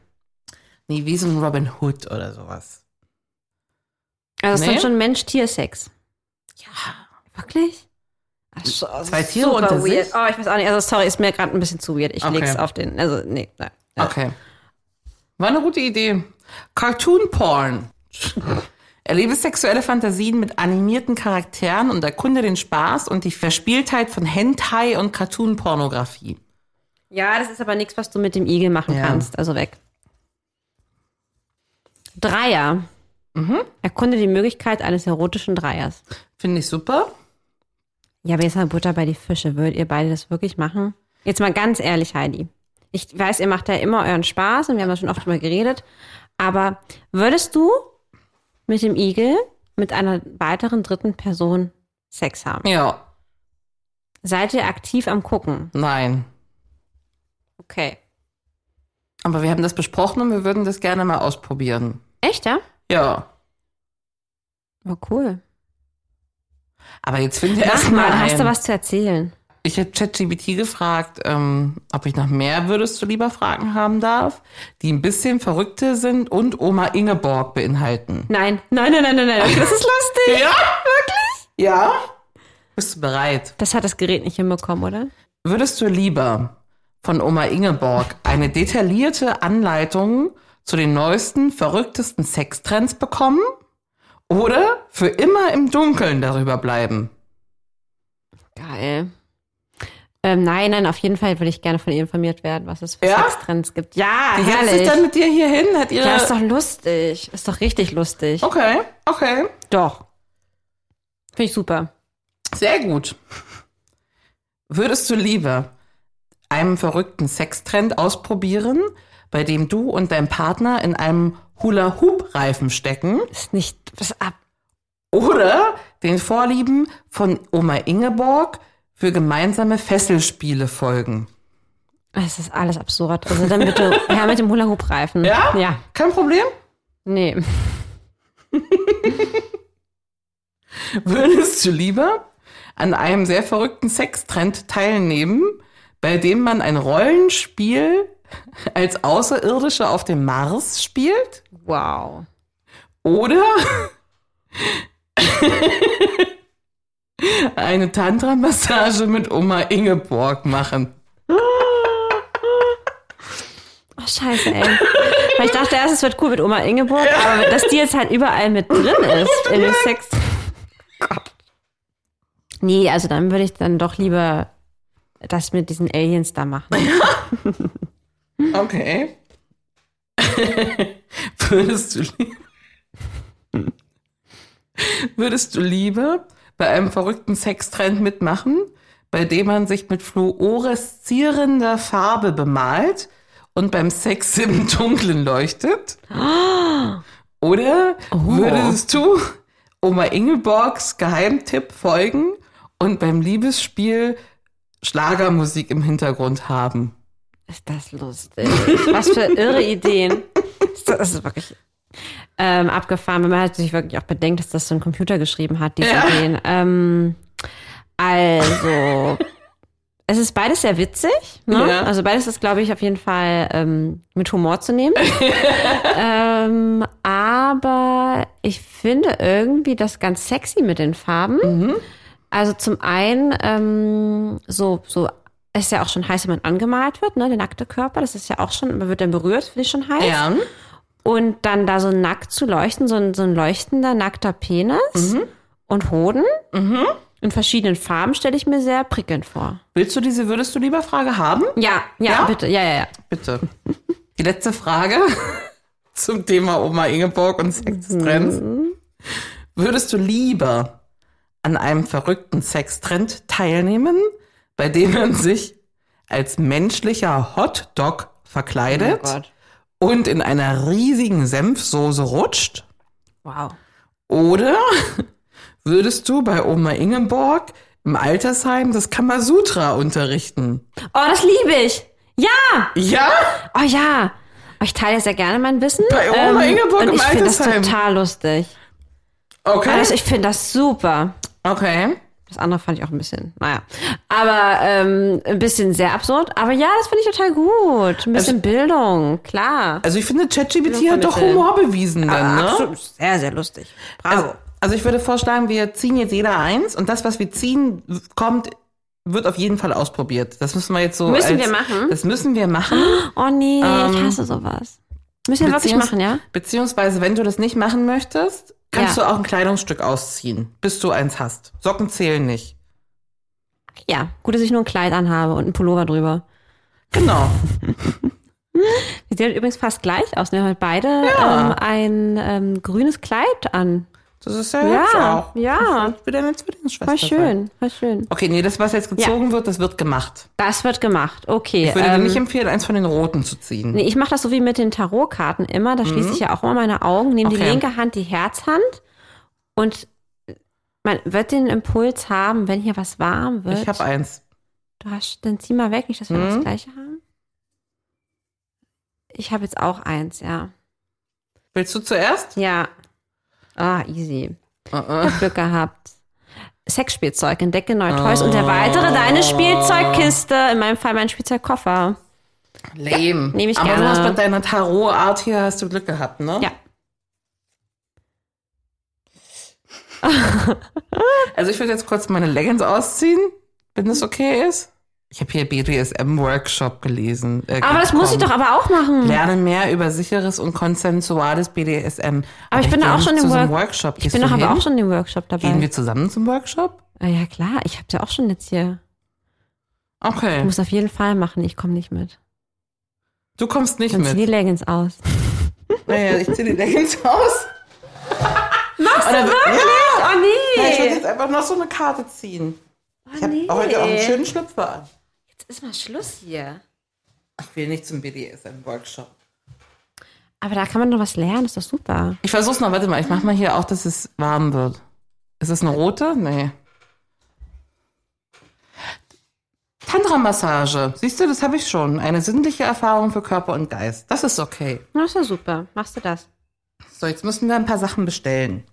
S2: Nee, wie so ein Robin Hood oder sowas.
S3: Also es ist
S2: Nee.
S3: dann schon Mensch-Tier-Sex. Ja. Wirklich? Ach, so, das
S2: Zwei
S3: ist
S2: Tiere
S3: super
S2: unter
S3: weird.
S2: sich?
S3: Oh, ich weiß auch nicht. Also sorry, ist mir gerade ein bisschen zu weird. Ich
S2: Okay.
S3: leg's auf den. Also, nee, nein.
S2: Okay. War eine gute Idee. Cartoon Porn. Erlebe sexuelle Fantasien mit animierten Charakteren und erkunde den Spaß und die Verspieltheit von Hentai und Cartoon-Pornografie.
S3: Ja, das ist aber nichts, was du mit dem Igel machen
S2: Ja.
S3: kannst. Also weg. Dreier.
S2: Mhm.
S3: Erkunde die Möglichkeit eines erotischen Dreiers.
S2: Finde ich super.
S3: Ja, aber jetzt mal Butter bei die Fische. Würdet ihr beide das wirklich machen? Jetzt mal ganz ehrlich, Heidi. Ich weiß, ihr macht ja immer euren Spaß und wir haben da schon oft drüber geredet. Aber würdest du mit dem Igel mit einer weiteren dritten Person Sex haben?
S2: Ja,
S3: Seid ihr aktiv am Gucken?
S2: nein.
S3: Okay.
S2: Aber wir haben das besprochen und wir würden das gerne mal ausprobieren.
S3: Echt, ja?
S2: Ja.
S3: War cool.
S2: Aber jetzt finde
S3: Mach
S2: erstmal.
S3: mal, hast du was zu erzählen?
S2: Ich habe ChatGPT gefragt, ähm, ob ich noch mehr würdest du lieber Fragen haben darf, die ein bisschen verrückte sind und Oma Ingeborg beinhalten.
S3: Nein, nein, nein, nein, nein, nein. Das ist lustig.
S2: Ja? Wirklich? Ja? Bist du bereit?
S3: Das hat das Gerät nicht hinbekommen, oder?
S2: Würdest du lieber von Oma Ingeborg eine detaillierte Anleitung zu den neuesten, verrücktesten Sextrends bekommen oder für immer im Dunkeln darüber bleiben?
S3: Geil. Ähm, nein, nein, auf jeden Fall würde ich gerne von ihr informiert werden, was es für
S2: Ja?
S3: Sextrends gibt. Ja,
S2: Die setzt sich
S3: herrlich.
S2: dann mit dir hier hin, hat ihre...
S3: ja, ist doch lustig. Ist doch richtig lustig.
S2: okay, okay.
S3: Doch. Finde ich super.
S2: Sehr gut. Würdest du lieber einen verrückten Sextrend ausprobieren, bei dem du und dein Partner in einem Hula-Hoop-Reifen stecken
S3: Ist nicht was ab.
S2: oder den Vorlieben von Oma Ingeborg für gemeinsame Fesselspiele folgen?
S3: Es ist alles absurd. Also dann bitte ja, mit dem Hula-Hoop-Reifen.
S2: Ja?
S3: Ja.
S2: Kein Problem.
S3: Nee.
S2: Würdest du lieber an einem sehr verrückten Sextrend teilnehmen, bei dem man ein Rollenspiel als Außerirdische auf dem Mars spielt?
S3: Wow.
S2: Oder eine Tantra-Massage mit Oma Ingeborg machen.
S3: Oh, scheiße, ey. Weil ich dachte erst, es wird cool mit Oma Ingeborg, aber dass die jetzt halt überall mit drin ist in dem Sex. Gott. Nee, also dann würde ich dann doch lieber das mit diesen Aliens da machen.
S2: Okay. würdest, du lieber, würdest du lieber bei einem verrückten Sextrend mitmachen, bei dem man sich mit fluoreszierender Farbe bemalt und beim Sex im Dunkeln leuchtet? Oder würdest du Oma Ingeborgs Geheimtipp folgen und beim Liebesspiel Schlagermusik im Hintergrund haben?
S3: Ist das lustig? Was für irre Ideen. Das ist wirklich ähm, abgefahren, wenn man halt sich wirklich auch bedenkt, dass das so ein Computer geschrieben hat, diese
S11: Ja.
S3: Ideen. Ähm, also, es ist beides sehr witzig. Ne?
S11: Ja.
S3: Also beides ist, glaube ich, auf jeden Fall ähm, mit Humor zu nehmen. ähm, aber ich finde irgendwie das ganz sexy mit den Farben. Also zum einen, ähm, so, so ist ja auch schon heiß, wenn man angemalt wird, ne? Der nackte Körper, das ist ja auch schon, man wird dann berührt, finde ich schon heiß.
S2: Ja.
S3: Und dann da so nackt zu leuchten, so ein, so ein leuchtender, nackter Penis
S2: Mhm.
S3: und Hoden in verschiedenen Farben stelle ich mir sehr prickelnd vor.
S2: Willst du diese Würdest du lieber Frage haben?
S3: Ja, ja, bitte, ja, ja, ja.
S2: Bitte. Die letzte Frage zum Thema Oma Ingeborg und Sextrends. Würdest du lieber an einem verrückten Sextrend teilnehmen, bei dem man sich als menschlicher Hotdog verkleidet
S3: Oh Gott.
S2: und in einer riesigen Senfsoße rutscht?
S3: Wow.
S2: Oder würdest du bei Oma Ingeborg im Altersheim das Kamasutra unterrichten?
S3: Oh, das liebe ich. Ja!
S2: Ja?
S3: Oh ja. Oh, Ich teile sehr gerne mein Wissen. Ähm,
S2: Bei Oma Ingeborg
S3: und
S2: im
S3: ich finde das
S2: Altersheim.
S3: total lustig.
S2: Okay.
S3: Also ich finde das super.
S2: Okay.
S3: Das andere fand ich auch ein bisschen, naja. Aber ähm, ein bisschen sehr absurd. Aber ja, das finde ich total gut. Ein bisschen Bildung, klar.
S2: Also ich finde, ChatGPT hat doch
S3: vermitteln.
S2: Humor bewiesen dann,
S3: Aber
S2: ne?
S3: Ah, absolut, sehr, sehr lustig.
S2: Also, also ich würde vorschlagen, wir ziehen jetzt jeder eins und das, was wir ziehen, kommt, wird auf jeden Fall ausprobiert. Das müssen wir jetzt so.
S3: Müssen
S2: als,
S3: wir machen?
S2: Das müssen wir machen.
S3: Oh nee, ich
S2: Ähm,
S3: hasse sowas. Müssen wir wirklich
S2: beziehungs-
S3: machen, ja?
S2: Beziehungsweise, wenn du das nicht machen möchtest, kannst
S3: Ja.
S2: du auch ein Kleidungsstück ausziehen, bis du eins hast. Socken zählen nicht.
S3: Ja, gut, dass ich nur ein Kleid anhabe und einen Pullover drüber.
S2: Genau.
S3: Wir sehen übrigens fast gleich aus. Wir haben halt beide
S2: Ja.
S3: ähm, ein ähm, grünes Kleid an.
S2: Das ist sehr hübsch auch.
S3: Ja,
S2: Ich bin deine Zwillingsschwester.
S3: war schön, war schön.
S2: Okay, nee, das, was jetzt gezogen wird, das wird gemacht.
S3: Das wird gemacht, okay.
S2: Ich würde
S3: ähm,
S2: dir nicht empfehlen, eins von den roten zu ziehen.
S3: Nee, ich mache das so wie mit den Tarotkarten immer. Da schließe
S2: Mhm.
S3: ich ja auch immer meine Augen, nehme die
S2: Okay.
S3: linke Hand, die Herzhand und äh, man wird den Impuls haben, wenn hier was warm wird.
S2: ich habe eins.
S3: Du hast, dann zieh mal weg, nicht, dass wir
S2: Mhm.
S3: das gleiche haben. Ich habe jetzt auch eins, ja.
S2: Willst du zuerst?
S3: Ja. Ah, easy.
S2: Uh-uh.
S3: Ich hab Glück gehabt. Sexspielzeug, entdecke neue Toys und
S2: Oh.
S3: erweitere deine Spielzeugkiste. In meinem Fall mein Spielzeugkoffer.
S2: Lame.
S3: nehm ich
S2: Aber
S3: gerne.
S2: du hast bei deiner Tarotart hier hast du Glück gehabt, ne?
S3: Ja.
S2: also ich würde jetzt kurz meine Leggings ausziehen, wenn das okay ist. Ich habe hier BDSM-Workshop gelesen. äh,
S3: Aber das muss ich doch
S2: bekommen.
S3: aber auch machen.
S2: Lerne mehr über sicheres und konsensuales BDSM.
S3: Aber ich bin
S2: geh
S3: doch auch
S2: nicht
S3: schon
S2: zu
S3: im
S2: so einem
S3: Work-
S2: Workshop.
S3: Ich
S2: Gehst
S3: bin
S2: du
S3: doch aber
S2: hin?
S3: auch schon in dem Workshop dabei.
S2: Gehen wir zusammen zum Workshop?
S3: Ah Ja klar, ich hab's ja auch schon jetzt hier. Ich
S2: Okay.
S3: muss auf jeden Fall machen, ich komme nicht mit.
S2: Du kommst nicht
S3: Dann zieh die
S2: mit.
S3: Leggings aus.
S2: Naja, ich ziehe die Leggings aus.
S3: Machst
S2: du Oder- wirklich? Ja.
S3: Oh
S2: Nein, ich würde jetzt einfach noch so eine Karte ziehen. Ich habe
S3: nee.
S2: heute auch einen schönen Schlüpfer an.
S3: Jetzt ist mal Schluss hier.
S2: Ich will nicht zum BDSM-Workshop.
S3: Aber da kann man doch was lernen, ist doch super.
S2: Ich versuch's noch, warte mal, ich mach mal hier auch, dass es warm wird. Ist es eine rote? Nee. Tantra-Massage. Siehst du, das habe ich schon. Eine sinnliche Erfahrung für Körper und Geist. Das ist okay.
S3: Das ist doch super. Machst du das?
S2: So, jetzt müssen wir ein paar Sachen bestellen.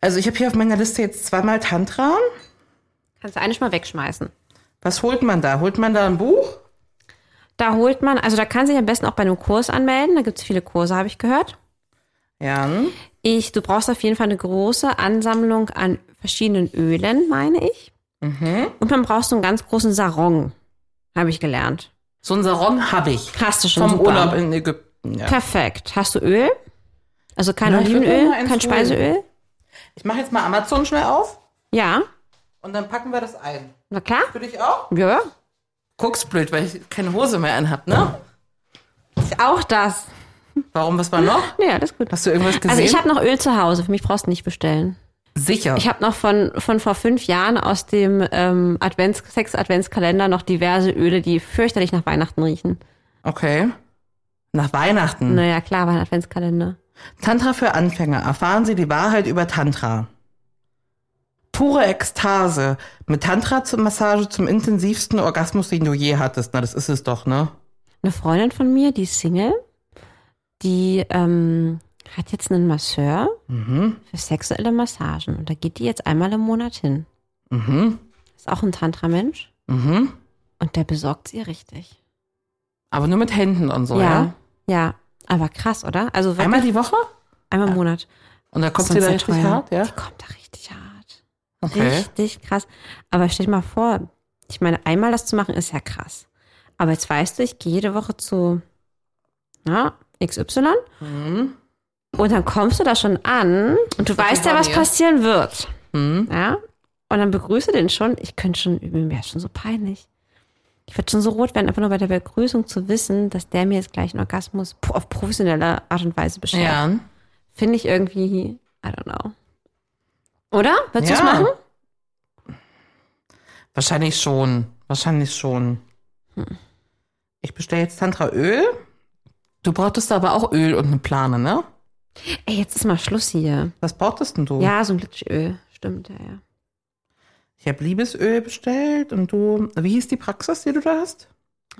S2: Also ich habe hier auf meiner Liste jetzt zweimal Tantra.
S3: Kannst du eine schon mal wegschmeißen.
S2: Was holt man da? Holt man da ein Buch?
S3: Da holt man, also da kann sich am besten auch bei einem Kurs anmelden. Da gibt's viele Kurse, habe ich gehört.
S2: Ja. hm?
S3: Ich, du brauchst auf jeden Fall eine große Ansammlung an verschiedenen Ölen, meine ich.
S2: Mhm.
S3: Und man braucht so einen ganz großen Sarong, habe ich gelernt.
S2: So ein Sarong habe ich.
S3: Hast du schon
S2: Vom
S3: super.
S2: Urlaub in Ägypten. Ja.
S3: Perfekt. Hast du Öl? Also kein
S2: Na, ich würd
S3: Olivenöl,
S2: mir mal eins
S3: kein
S2: holen.
S3: Speiseöl?
S2: Ich mache jetzt mal Amazon schnell auf
S3: Ja.
S2: und dann packen wir das ein.
S3: Na klar.
S2: Für dich auch?
S3: Ja.
S2: Guckst blöd, weil ich keine Hose mehr anhab, ne?
S3: Ist Auch das.
S2: Warum, was war noch?
S3: Ja, alles gut.
S2: Hast du irgendwas gesehen?
S3: Also ich habe noch Öl zu Hause. Für mich brauchst du nicht bestellen.
S2: Sicher.
S3: Ich habe noch von, von vor fünf Jahren aus dem ähm, Advents, Sex-Adventskalender noch diverse Öle, die fürchterlich nach Weihnachten riechen.
S2: Okay. Nach Weihnachten?
S3: Naja, klar, war ein Adventskalender.
S2: Tantra für Anfänger. Erfahren Sie die Wahrheit über Tantra. Pure Ekstase. Mit Tantra-Massage zum intensivsten Orgasmus, den du je hattest. Na, das ist es doch, ne?
S3: Eine Freundin von mir, die ist Single, die ähm, hat jetzt einen Masseur
S2: Mhm.
S3: für sexuelle Massagen. Und da geht die jetzt einmal im Monat hin.
S2: Mhm.
S3: Ist auch ein Tantra-Mensch
S2: Mhm.
S3: und der besorgt sie richtig.
S2: Aber nur mit Händen und so, Oh ja?
S3: ja, ja. Aber krass, oder? Also wirklich-
S2: Einmal die Woche?
S3: Einmal im Monat.
S2: Und da kommt
S3: Sonst
S2: sie da
S3: sehr
S2: richtig
S3: teuer.
S2: hart, ja?
S3: Die kommt da richtig hart.
S2: Okay.
S3: Richtig krass. Aber stell dir mal vor, ich meine, einmal das zu machen ist ja krass. Aber jetzt weißt du, ich gehe jede Woche zu ja, XY
S2: Mhm.
S3: und dann kommst du da schon an und du weißt ja, was
S2: Bonnier.
S3: passieren wird.
S2: Mhm.
S3: Ja? Und dann begrüße den schon. Ich könnte schon, mir wäre schon so peinlich. Ich würde schon so rot werden, einfach nur bei der Begrüßung zu wissen, dass der mir jetzt gleich einen Orgasmus pro- auf professionelle Art und Weise beschert.
S2: Ja.
S3: Finde ich irgendwie, I don't know. Oder? Würdest du
S2: Ja.
S3: es machen?
S2: Wahrscheinlich schon. Wahrscheinlich schon.
S3: Hm.
S2: Ich bestelle jetzt Tantra-Öl. Du brauchtest aber auch Öl und eine Plane, ne?
S3: Ey, jetzt ist mal Schluss hier.
S2: Was brauchtest denn du?
S3: Ja, so ein Glitschöl. Stimmt, ja, ja.
S2: Ich habe Liebesöl bestellt und du. Wie hieß die Praxis, die du da hast?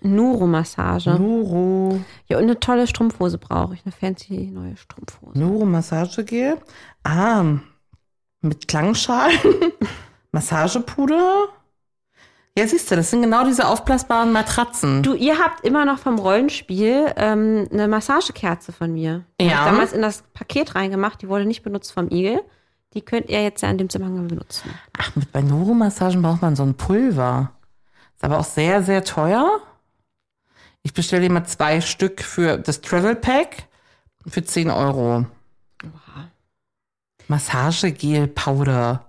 S3: Nuro-Massage.
S2: Nuro.
S3: Ja, und eine tolle Strumpfhose brauche ich. Eine fancy neue Strumpfhose.
S2: Nuro-Massagegel. Ah, mit Klangschalen. Massagepuder. Ja, siehst du, das sind genau diese aufblasbaren Matratzen.
S3: Du, ihr habt immer noch vom Rollenspiel ähm, eine Massagekerze von mir. Die
S2: Ja.
S3: hab Ich damals in das Paket reingemacht. Die wurde nicht benutzt vom Igel. Die könnt ihr jetzt ja in dem Zusammenhang benutzen.
S2: Mit bei Nuro-Massagen braucht man so ein Pulver. Ist aber auch sehr, sehr teuer. Ich bestelle immer zwei Stück für das Travel Pack für 10 Euro. Massagegel Powder.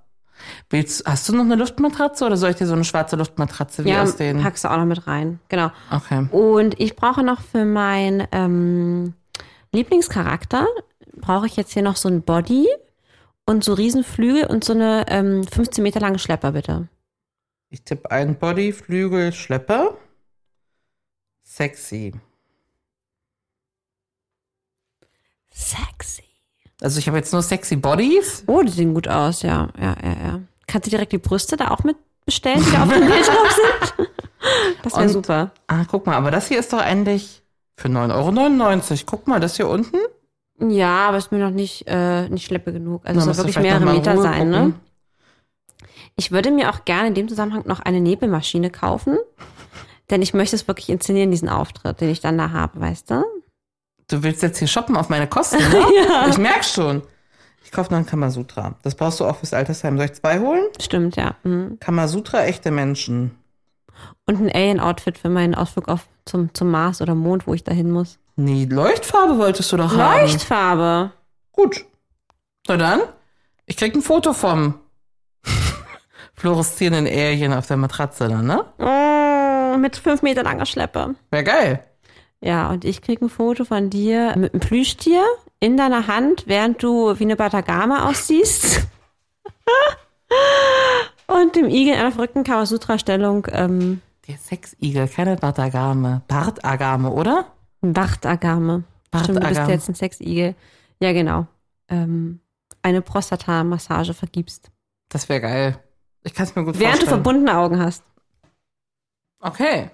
S2: Willst, hast du noch eine Luftmatratze oder soll ich dir so eine schwarze Luftmatratze wie
S3: ja,
S2: aus den?
S3: packst du auch noch mit rein. Genau.
S2: Okay.
S3: Und ich brauche noch für meinen ähm, Lieblingscharakter, brauche ich jetzt hier noch so ein Body und so Riesenflügel und so eine ähm, 15 Meter lange Schlepper, bitte.
S2: Ich tippe ein Body, Flügel, Schlepper. Sexy.
S3: Sexy.
S2: Also ich habe jetzt nur sexy Bodies.
S3: Oh, die sehen gut aus, ja. ja, ja, ja. Kannst du direkt die Brüste da auch mit bestellen, die da auf dem Bild drauf sind? Das wäre
S2: Und-
S3: super.
S2: Ah, guck mal, aber das hier ist doch eigentlich für 9,99 Euro. Guck mal, das hier unten.
S3: Ja, aber ist mir noch nicht, äh, nicht schleppe genug. Also es soll
S2: musst du
S3: wirklich
S2: vielleicht noch mal
S3: mehrere
S2: in
S3: Meter
S2: Ruhe
S3: sein, ne?
S2: gucken.
S3: Ich würde mir auch gerne in dem Zusammenhang noch eine Nebelmaschine kaufen, denn ich möchte es wirklich inszenieren, diesen Auftritt, den ich dann da habe, weißt du?
S2: Du willst jetzt hier shoppen auf meine Kosten, ne?
S3: Ja.
S2: Ich merk schon. Ich kaufe noch ein Kamasutra. Das brauchst du auch fürs Altersheim. Soll ich zwei holen?
S3: Stimmt, ja. Mhm.
S2: Kamasutra, echte Menschen.
S3: Und ein Alien-Outfit für meinen Ausflug auf zum, zum Mars oder Mond, wo ich da hin muss.
S2: Nee, Leuchtfarbe wolltest du doch haben.
S3: Leuchtfarbe.
S2: Gut. Na dann, ich krieg ein Foto vom fluoreszierenden Alien auf der Matratze dann, ne?
S3: Mm, mit fünf Meter langer Schleppe.
S2: Wär geil.
S3: Ja, und ich krieg ein Foto von dir mit einem Plüschtier in deiner Hand, während du wie eine Batagama aussiehst. und dem Igel in einer verrückten Kamasutra-Stellung ähm,
S2: Der Sexigel, keine Bartagame. Bartagame, oder?
S3: Bartagame. Stimmt, du bist
S2: Bartagame.
S3: jetzt ein Sexigel. Ja, genau. Ähm, eine Prostata-Massage vergibst.
S2: Das wär geil. Ich kann's mir gut
S3: Während du
S2: vorstellen.
S3: verbundene Augen hast.
S2: Okay.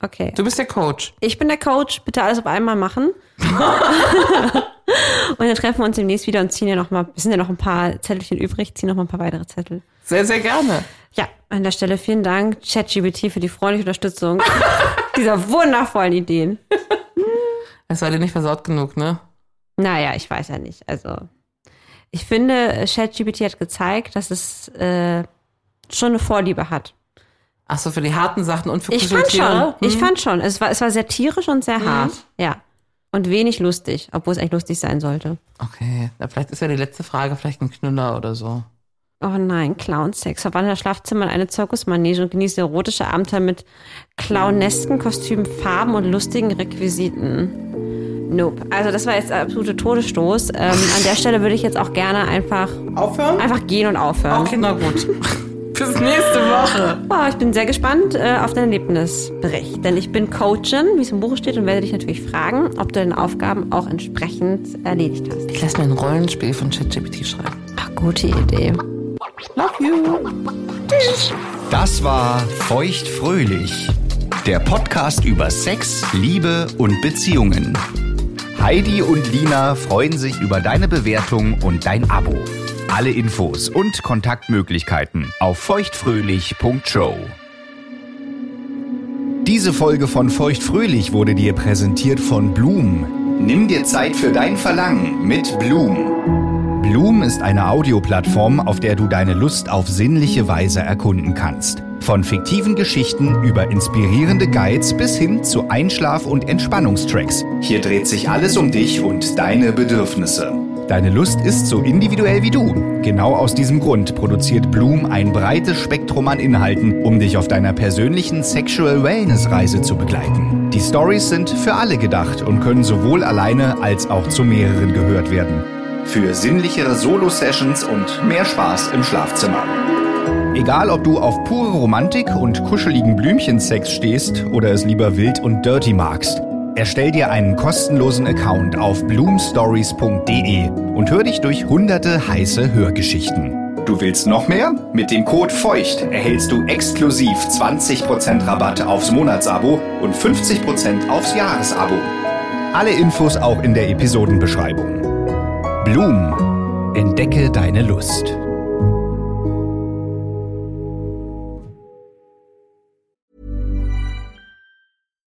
S3: Okay.
S2: Du bist der Coach.
S3: Ich bin der Coach, bitte alles auf einmal machen. und dann treffen wir uns demnächst wieder und ziehen ja noch mal, es sind ja noch ein paar Zettelchen übrig, ziehen noch mal ein paar weitere Zettel.
S2: Sehr, sehr gerne.
S3: Ja, an der Stelle vielen Dank, ChatGBT, für die freundliche Unterstützung dieser wundervollen Ideen.
S2: Es war dir nicht versaut genug, ne?
S3: Naja, ich weiß ja nicht. Also, ich finde, ChatGBT hat gezeigt, dass es äh, schon eine Vorliebe hat.
S2: Ach so, für die harten Sachen und für
S3: Ich fand schon, Mhm.
S2: Kuscheltiere?
S3: ich
S2: Hm.
S3: fand schon. Es war, es war sehr tierisch und sehr hart. Ja. Und wenig lustig, obwohl es eigentlich lustig sein sollte.
S2: Okay, na, vielleicht ist ja die letzte Frage vielleicht ein Knüller oder so.
S3: Oh nein, Clownsex. Verwandle das Schlafzimmer in eine Zirkusmanege und genieße erotische Abenteuer mit clownesken Kostümen, Farben und lustigen Requisiten. Nope. Also das war jetzt der absolute Todesstoß. Ähm, an der Stelle würde ich jetzt auch gerne einfach
S2: aufhören.
S3: Einfach gehen und aufhören.
S2: Okay, na gut. Bis nächste Woche.
S3: Wow, ich bin sehr gespannt äh, auf deinen Erlebnisbericht, denn ich bin Coachin, wie es im Buch steht, und werde dich natürlich fragen, ob du deine Aufgaben auch entsprechend erledigt hast.
S2: Ich lasse mir ein Rollenspiel von ChatGPT schreiben.
S3: Ach, gute Idee.
S2: Love you. Tschüss.
S1: Das war Feucht fröhlich, der Podcast über Sex, Liebe und Beziehungen. Heidi und Lina freuen sich über deine Bewertung und dein Abo. Alle Infos und Kontaktmöglichkeiten auf feuchtfröhlich.show. Diese Folge von Feuchtfröhlich wurde dir präsentiert von Blum. Nimm dir Zeit für dein Verlangen mit Blum. Blum ist eine Audioplattform, auf der du deine Lust auf sinnliche Weise erkunden kannst. Von fiktiven Geschichten über inspirierende Guides bis hin zu Einschlaf- und Entspannungstracks. Hier dreht sich alles um dich und deine Bedürfnisse. Deine Lust ist so individuell wie du. Genau aus diesem Grund produziert Bloom ein breites Spektrum an Inhalten, um dich auf deiner persönlichen Sexual Wellness Reise zu begleiten. Die Stories sind für alle gedacht und können sowohl alleine als auch zu mehreren gehört werden. Für sinnlichere Solo-Sessions und mehr Spaß im Schlafzimmer. Egal, ob du auf pure Romantik und kuscheligen Blümchensex stehst oder es lieber wild und dirty magst, Erstell dir einen kostenlosen Account auf bloomstories.de und hör dich durch hunderte heiße Hörgeschichten. Du willst noch mehr? Mit dem Code FEUCHT erhältst du exklusiv 20% Rabatt aufs Monatsabo und 50% aufs Jahresabo. Alle Infos auch in der Episodenbeschreibung. Bloom. Entdecke deine Lust.